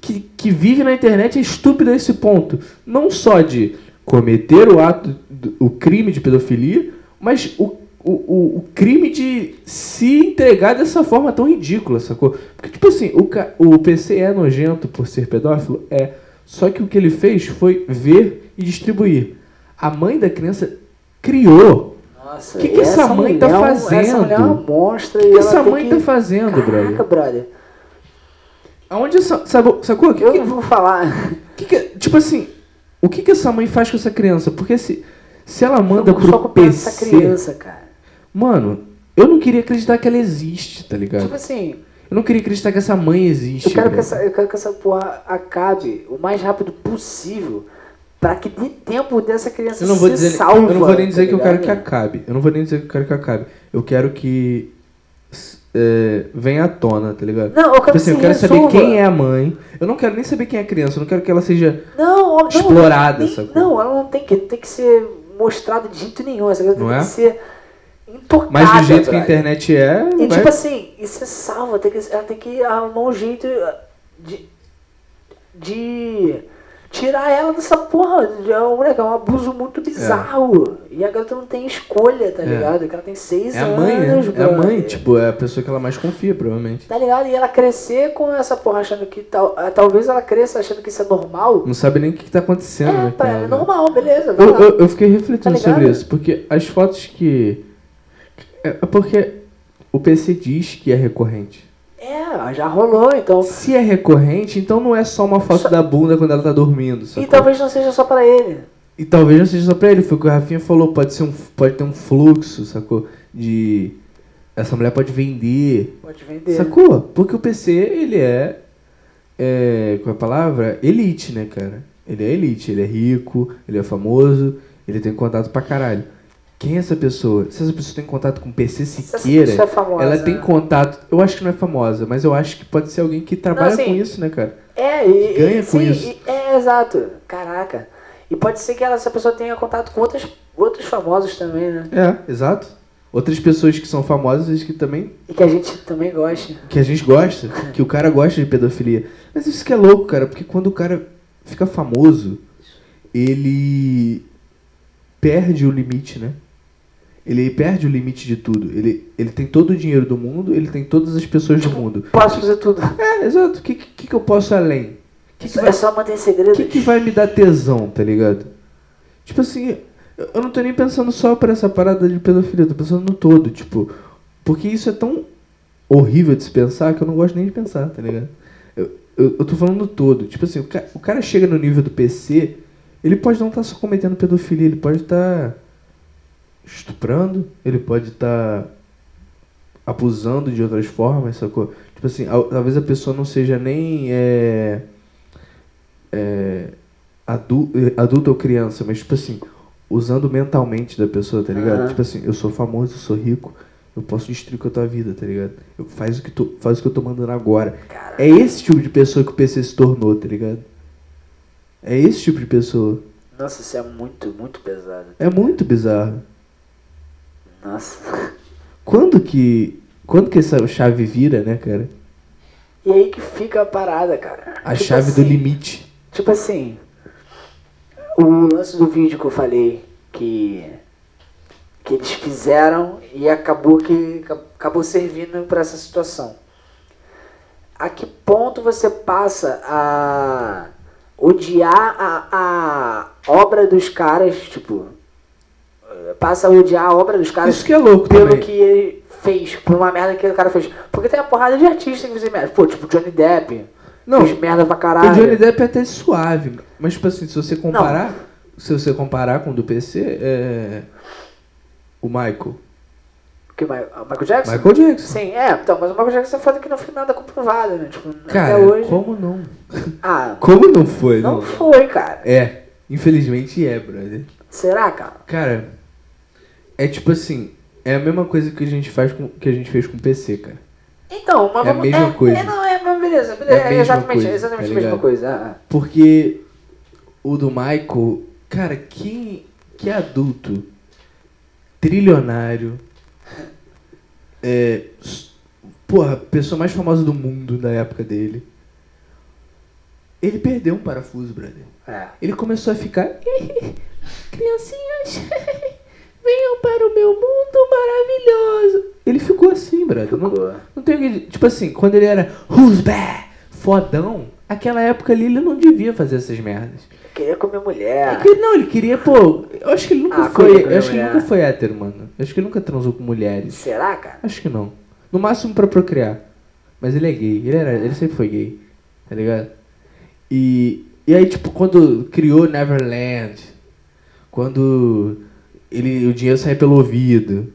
que, que vive na internet é estúpido a esse ponto? Não só de cometer o ato, do- o crime de pedofilia, mas o, o, o, o crime de se entregar dessa forma tão ridícula, sacou? Porque, tipo assim, o, ca- o PC é nojento por ser pedófilo? É. Só que o que ele fez foi ver e distribuir. A mãe da criança criou Nossa, Que que e essa mãe tá mulher é um- fazendo? Essa mulher é uma O monstra e que ela essa tem mãe que... tá fazendo, Caraca, brother? brother. Aonde essa. Sabe, sacou? Que, Eu não vou falar. que- que- tipo assim, o que, que essa mãe faz com essa criança? Porque se, se ela manda Eu pro só com PC. essa criança, cara. Mano, eu não queria acreditar que ela existe, tá ligado? Tipo assim, Eu não queria acreditar que essa mãe existe. eu quero, que velho. essa, eu quero que essa porra acabe o mais rápido possível pra que dê tempo dessa criança Eu não vou se dizer, salva. eu não vou nem tá dizer que eu quero que ligado? acabe. Eu não vou nem dizer que eu quero que acabe. Eu quero que s- é, venha à tona, tá ligado? Não, eu quero Tipo que assim, eu se quero saber resolva. quem é a mãe. Eu não quero nem saber quem é a criança. Eu não quero que ela seja. Não, ó, não, Explorada, nem- sacou? Não, ela não tem que, tem que ser mostrada de jeito nenhum. Essa criança Não tem é? que ser intocada. Mas do jeito que a brother. internet é. E vai- tipo assim, isso é salva, tem que, ela tem que arrumar um jeito de. de tirar ela dessa porra. É um, moleque, é um abuso muito bizarro. E a garota não tem escolha, tá É. ligado? Porque ela tem seis é a anos. mãe, né? É a brother. mãe, tipo, é a pessoa que ela mais confia, provavelmente. Tá ligado? E ela crescer com essa porra achando que. Tal, ah, talvez ela cresça achando que isso é normal. Não sabe nem o que, que tá acontecendo, é, né? com pra ela é ela, né? normal, beleza. vai Eu, lá. eu, eu fiquei refletindo Tá ligado? sobre isso, porque as fotos que. É porque o PC diz que é recorrente. É, já rolou, então. Se é recorrente, então não é só uma foto Só- Então- da bunda quando ela tá dormindo. sacou? E talvez não seja só pra ele. E talvez não seja só pra ele, foi o que o Rafinha falou, pode, ser um, pode ter um fluxo, sacou? De. Essa mulher pode vender. Pode vender. Sacou? Porque o PC, ele é, é. Qual é a palavra? Elite, né, cara? Ele é elite, ele é rico, ele é famoso, ele tem contato pra caralho. Quem é essa pessoa? Se essa pessoa tem contato com o PC Se essa Siqueira, pessoa é famosa, ela tem né? contato. Eu acho que não é famosa, mas eu acho que pode ser alguém que trabalha assim, com isso, né, cara? É, e, Ganha e- com sim, isso. e- é, exato. Caraca. E pode ser que ela, essa pessoa tenha contato com outros, outros famosos também, né? É, exato. Outras pessoas que são famosas que também. E que a gente também gosta. que a gente gosta, que o cara gosta de pedofilia. Mas isso que é louco, cara, porque quando o cara fica famoso, ele. perde o limite, né? Ele perde o limite de tudo. Ele, ele tem todo o dinheiro do mundo, ele tem todas as pessoas do mundo. Posso fazer tudo. É, exato. O que, que, que eu posso além? O que, que vai É só manter segredo. o que, que vai me dar tesão, tá ligado? Tipo assim, eu eu não tô nem pensando só pra essa parada de pedofilia, eu tô pensando no todo, tipo, porque isso é tão horrível de se pensar que eu não gosto nem de pensar, tá ligado? Eu, eu, eu tô falando do todo, tipo assim, o ca- o cara, chega no nível do PC, ele pode não estar só cometendo pedofilia, ele pode estar estuprando, ele pode estar abusando de outras formas, sacou? Tipo assim, al- talvez a pessoa não seja nem é, é, adu- eh, adulto ou criança, mas tipo assim, usando mentalmente da pessoa, tá ligado? Aham. Tipo assim, eu sou famoso, eu sou rico, eu posso destruir com a tua vida, tá ligado? Eu faz o que tu, faz o que eu tô mandando agora. Cara, É esse tipo de pessoa que o PC se tornou, tá ligado? É esse tipo de pessoa. nossa, isso é muito, muito pesado. É muito bizarro. Nossa. Quando que quando que essa chave vira, né, cara? E aí que fica a parada, cara. A Tipo chave do assim, limite. Tipo assim, o lance do vídeo que eu falei que que eles fizeram e acabou que acabou servindo para essa situação. A que ponto você passa a odiar a, a obra dos caras, tipo, eh, passa a odiar a obra dos caras Isso que é louco pelo também. que ele fez, por uma merda que o cara fez. Porque tem uma porrada de artistas que fez merda. Pô, tipo Johnny Depp. Não, fez merda pra caralho. O Johnny Depp é até suave, mas tipo assim, se você comparar, se você comparar com o do PC, é o Michael, Que, Ma- ah, Michael Jackson? Michael Jackson. Sim, é, então, mas o Michael Jackson é foda que não foi nada comprovado, né? Tipo, Cara, até hoje. como não? Ah, Como não foi? não né? foi, cara. É, infelizmente é, brother. Será, cara? Cara, é tipo assim, é a mesma coisa que a gente faz com que a gente fez com o PC, cara. Então, mas É a vamos. mesma é, coisa. É, não, é, mas É beleza, a beleza. É, mesma exatamente, coisa, é exatamente tá a mesma ligado? coisa. ah, ah. Porque o do Michael, cara, quem que adulto trilionário é s- porra, pessoa mais famosa do mundo na época dele. Ele perdeu um parafuso, brother. É. Ele começou a ficar. Criancinhas, venham para o meu mundo maravilhoso. Ele ficou assim, brother. Não- Ficou. Não tem o que. Tipo assim, quando ele era who's bad, fodão, aquela época ali ele não devia fazer essas merdas. Queria comer É mulher. que ele- não, ele queria, pô. Eu acho que ele nunca Ah, foi. coisa que Eu acho que ele mulher. nunca foi hétero, mano. Eu acho que ele nunca transou com mulheres. Tá Será, cara? Acho que não. No máximo pra procriar. Mas ele é gay. Ele, era, ele sempre foi gay. tá ligado? E, e aí, tipo, quando criou Neverland, quando ele, o dinheiro saía pelo ouvido,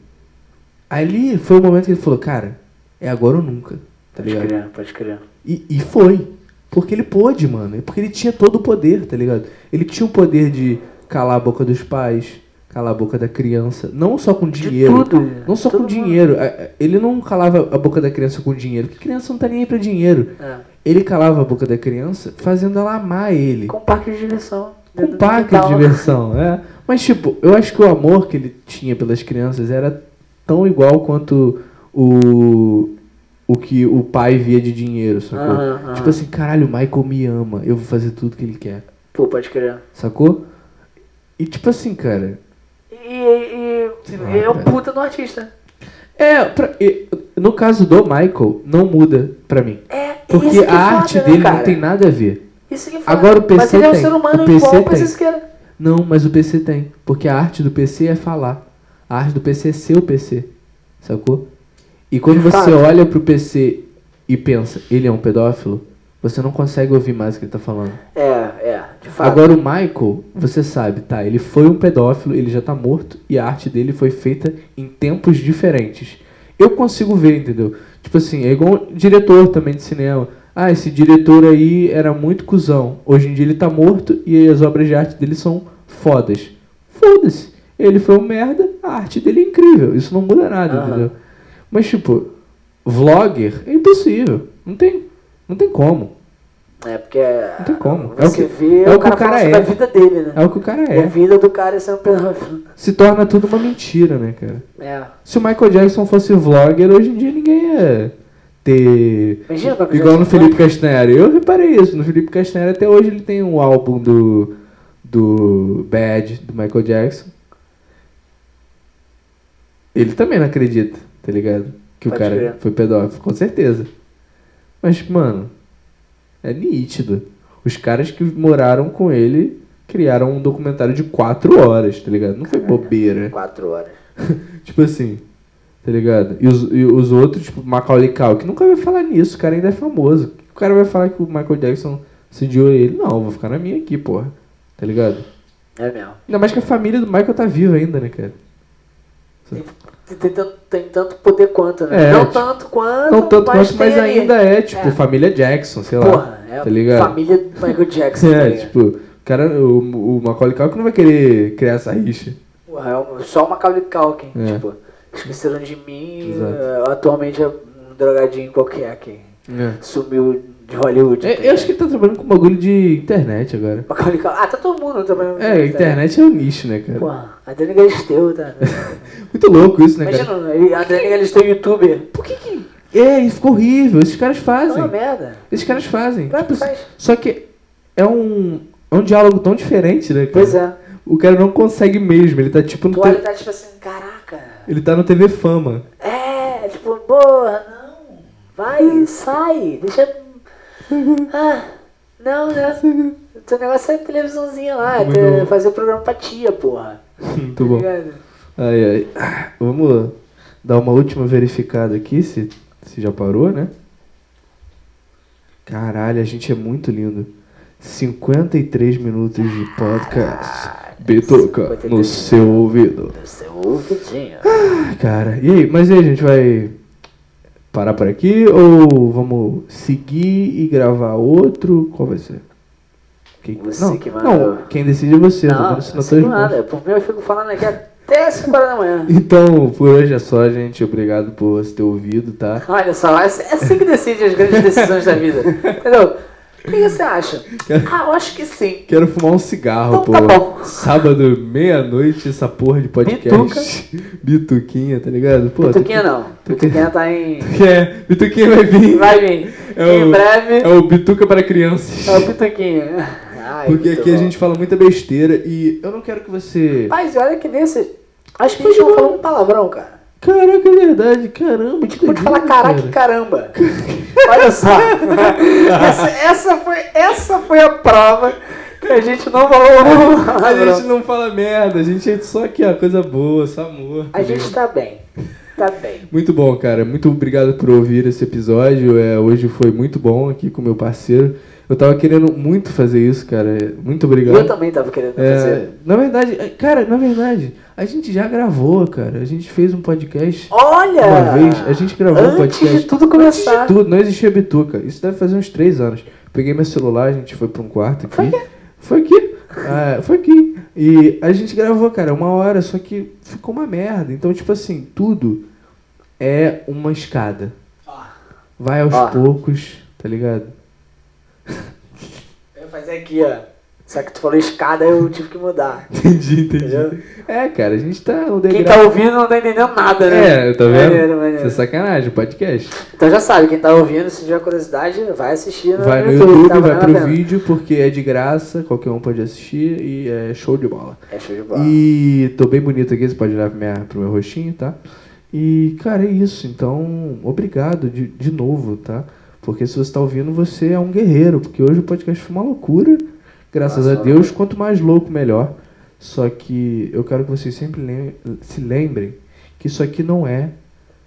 ali foi o momento que ele falou, cara, é agora ou nunca, tá Pode ligado? crer, pode crer. E, e foi. Porque ele pôde, mano. E Porque ele tinha todo o poder, tá ligado? Ele tinha o poder de calar a boca dos pais, calar a boca da criança. Não só com dinheiro. tudo, é. Não só todo com mundo. dinheiro. A- a- Ele não calava a boca da criança com dinheiro. Porque criança não tá nem aí pra dinheiro. É. Ele calava a boca da criança fazendo ela amar ele. Com parque de diversão. Com um dentro do parque de quintal. diversão, é. Mas, tipo, eu acho que o amor que ele tinha pelas crianças era tão igual quanto o, o que o pai via de dinheiro, sacou? Aham, aham. Tipo assim, caralho, o Michael me ama, eu vou fazer tudo que ele quer, né? Pô, pode crer. sacou? E, tipo assim, cara, E, e, e- lá, e é um cara. puta no artista. é, pra- e- no caso do Michael, não muda pra mim. É, Porque isso que é a arte foda, né, dele cara? não tem nada a ver. Isso que é foda. Agora o PC Mas ele é um tem. ser humano O PC igual o tem. PC Siqueira. Não, mas o PC tem. Porque a arte do PC é falar. A arte do PC é ser o PC. Sacou? E quando De você fato. olha pro PC e pensa, ele é um pedófilo, você não consegue ouvir mais o que ele tá falando. É, é, de fato. Agora o Michael, você sabe, tá, ele foi um pedófilo, ele já tá morto e a arte dele foi feita em tempos diferentes. Eu consigo ver, entendeu? Tipo assim, é igual diretor também de cinema. Ah, esse diretor aí era muito cuzão. Hoje em dia ele tá morto e as obras de arte dele são fodas. Foda-se. Ele foi um merda, a arte dele é incrível. Isso não muda nada, Aham. entendeu? Mas tipo, vlogger é impossível. Não tem, não tem como. É, porque. Não tem como. É o Você que- vê é o que cara o cara falando é. sobre a vida dele, né? É o que o cara E A é. vida do cara é sendo pedófilo. Se torna tudo uma mentira, né, cara? É. Se o Michael Jackson fosse vlogger, hoje em dia ninguém ia ter. Imagina o Michael Igual no Jackson Felipe Castanheira. Eu reparei isso. No Felipe Castanheira, até hoje, ele tem um álbum do. do Bad, do Michael Jackson. Ele também não acredita, tá ligado? Que o Pode cara crer. foi pedófilo, com certeza. Mas, mano, é nítido. Os caras que moraram com ele criaram um documentário de quatro horas, tá ligado? Não foi bobeira. né? Quatro horas. Tipo assim, tá ligado? E os, e os outros, tipo, Macaulay Culkin, nunca vai falar nisso, o cara ainda é famoso. O cara vai falar que o Michael Jackson sediou ele. Não, eu vou ficar na minha aqui, porra. Tá ligado? É mesmo. Ainda mais que a família do Michael tá viva ainda, né, cara? Tem, tem tanto, tem tanto poder quanto, né? É, não tipo, tanto quanto. Não tanto mas, quanto, mas tem ali. ainda é, tipo, É. família Jackson, sei lá. Porra, é tá ligado? família do Michael Jackson. tá É, ligado? tipo, o cara, o, o Macaulay Culkin não vai querer criar essa rixa. Porra, é um- só o Macaulay Culkin. É. Tipo, esqueceram de mim. Exato. eh, Atualmente é um drogadinho qualquer que É. sumiu de Hollywood. tá Eu acho que ele tá trabalhando com bagulho de internet agora. ligado? Macaulay Culkin. Ah, tá todo mundo trabalhando. com É, internet é um nicho, né, cara? Porra, a Dani Galisteu, tá? Muito louco isso, né, cara? Imagina, ele- a Dani Galisteu, youtuber. Por que que... É, isso ficou horrível. Esses caras É uma fazem. merda. Esses caras fazem. Claro Tipo, que faz. Só que é um... É um diálogo tão diferente, né, cara? Pois é. O cara não consegue mesmo. Ele tá, tipo, no... Tu T- olha e tá tipo assim, caraca. Ele tá no TV Fama. É, tipo, porra, não. Vai, sai. Deixa. Ah, não, né? Teu negócio é televisãozinha lá, Muito é bom. fazer o programa pra tia, porra. Tá Muito bom. Ligado? Aí, aí. Ah, Vamos dar uma última verificada aqui, se, se já parou, né? Caralho, a gente é muito lindo. 53 minutos de podcast. Bituca, 53 no seu ouvido. Do seu ouvidinho. Ai, Cara, e aí? Mas e aí, a gente vai parar por aqui ou vamos seguir e gravar outro? Qual vai ser? Quem- Você não, que não, mandou. quem decide é você. né? eu tô Não, dando isso nas assim tuas do mãos. nada. Por mim eu fico falando aqui até 5 horas da manhã. Então, por hoje é só, gente. Obrigado por você ter ouvido, tá? Olha só, é é assim que decide as grandes decisões da vida. Entendeu? O que você acha? Ah, eu acho que sim. Quero fumar um cigarro, Então tá pô. bom. Sábado, meia-noite, essa porra de podcast. Bituquinha, tá ligado? Pô, Bituquinha não. Bituquinha tá em. É, Bituquinha vai vir. Vai vir. É o- Em breve. É o Bituca para crianças. É o Bituquinha. Ai, Porque muito aqui a bom. gente fala muita besteira e eu não quero que você. Mas olha que nesse. Acho que a gente não falou um palavrão, cara. Caraca, é verdade. Caramba, A gente doideira, pode falar caraca e caramba. Olha só. essa, essa foi, essa foi a prova que a gente não falou um A gente palavrão. não fala merda, a gente é só aqui, ó, coisa boa, só amor. A gente tá bem. Tá bem. Muito bom, cara. Muito obrigado por ouvir esse episódio. É, hoje foi muito bom aqui com meu parceiro. Eu tava querendo muito fazer isso, cara. é, Muito obrigado. Eu também tava querendo É, fazer. na verdade, é, cara, na verdade, a gente já gravou, cara. A gente fez um podcast Olha! uma vez. A gente gravou Antes um podcast. de tudo começar. Antes de tudo, não existia bituca. Isso deve fazer uns três anos. Peguei meu celular, a gente foi pra um quarto aqui. Foi aqui? Foi aqui. Ah, foi aqui. E a gente gravou, cara, uma hora, só que ficou uma merda. Então, tipo assim, tudo é uma escada. Ah. Vai aos Ó. poucos, tá ligado? Eu ia fazer aqui, ó. Só que tu falou escada, eu tive que mudar. Entendi, entendi. Entendeu? É, cara, a gente tá no Quem tá ouvindo não tá entendendo nada, né? É, tá vendo? Maneiro, maneiro. Isso é sacanagem, podcast. Então já sabe, quem tá ouvindo, se tiver curiosidade, vai assistir no Vai no YouTube. YouTube, vai tá valendo a pro pena. vídeo, porque é de graça, qualquer um pode assistir e é show de bola. É show de bola. E tô bem bonito aqui, você pode olhar pra minha- pro meu rostinho, tá? E, cara, é isso. Então, obrigado de, de novo, tá? Porque se você tá ouvindo, você é um guerreiro. Porque hoje o podcast foi uma loucura. Graças Nossa, a Deus, quanto mais louco, melhor. Só que eu quero que vocês sempre lem- se lembrem que isso aqui não é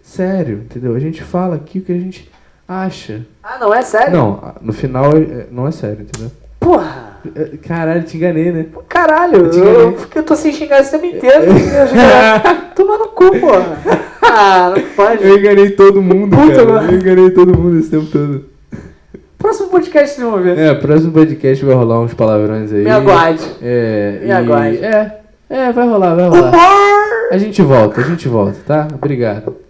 sério, entendeu? A gente fala aqui o que a gente acha. Ah, não é sério? Não, no final é- não é sério, entendeu? Porra! É, Caralho, te enganei, né? Caralho, Eu te eu, enganei. eu tô sem xingar esse tempo inteiro. É. Toma no cu, porra. Ah, não pode. Eu enganei todo mundo, Puta, cara. mano. Eu enganei todo mundo esse tempo todo. Próximo podcast vocês vão ver. É, próximo podcast vai rolar uns palavrões aí. Me aguarde. É, Me e- aguarde. É, é, vai rolar, vai rolar. Humor! A gente volta, a gente volta, tá? Obrigado.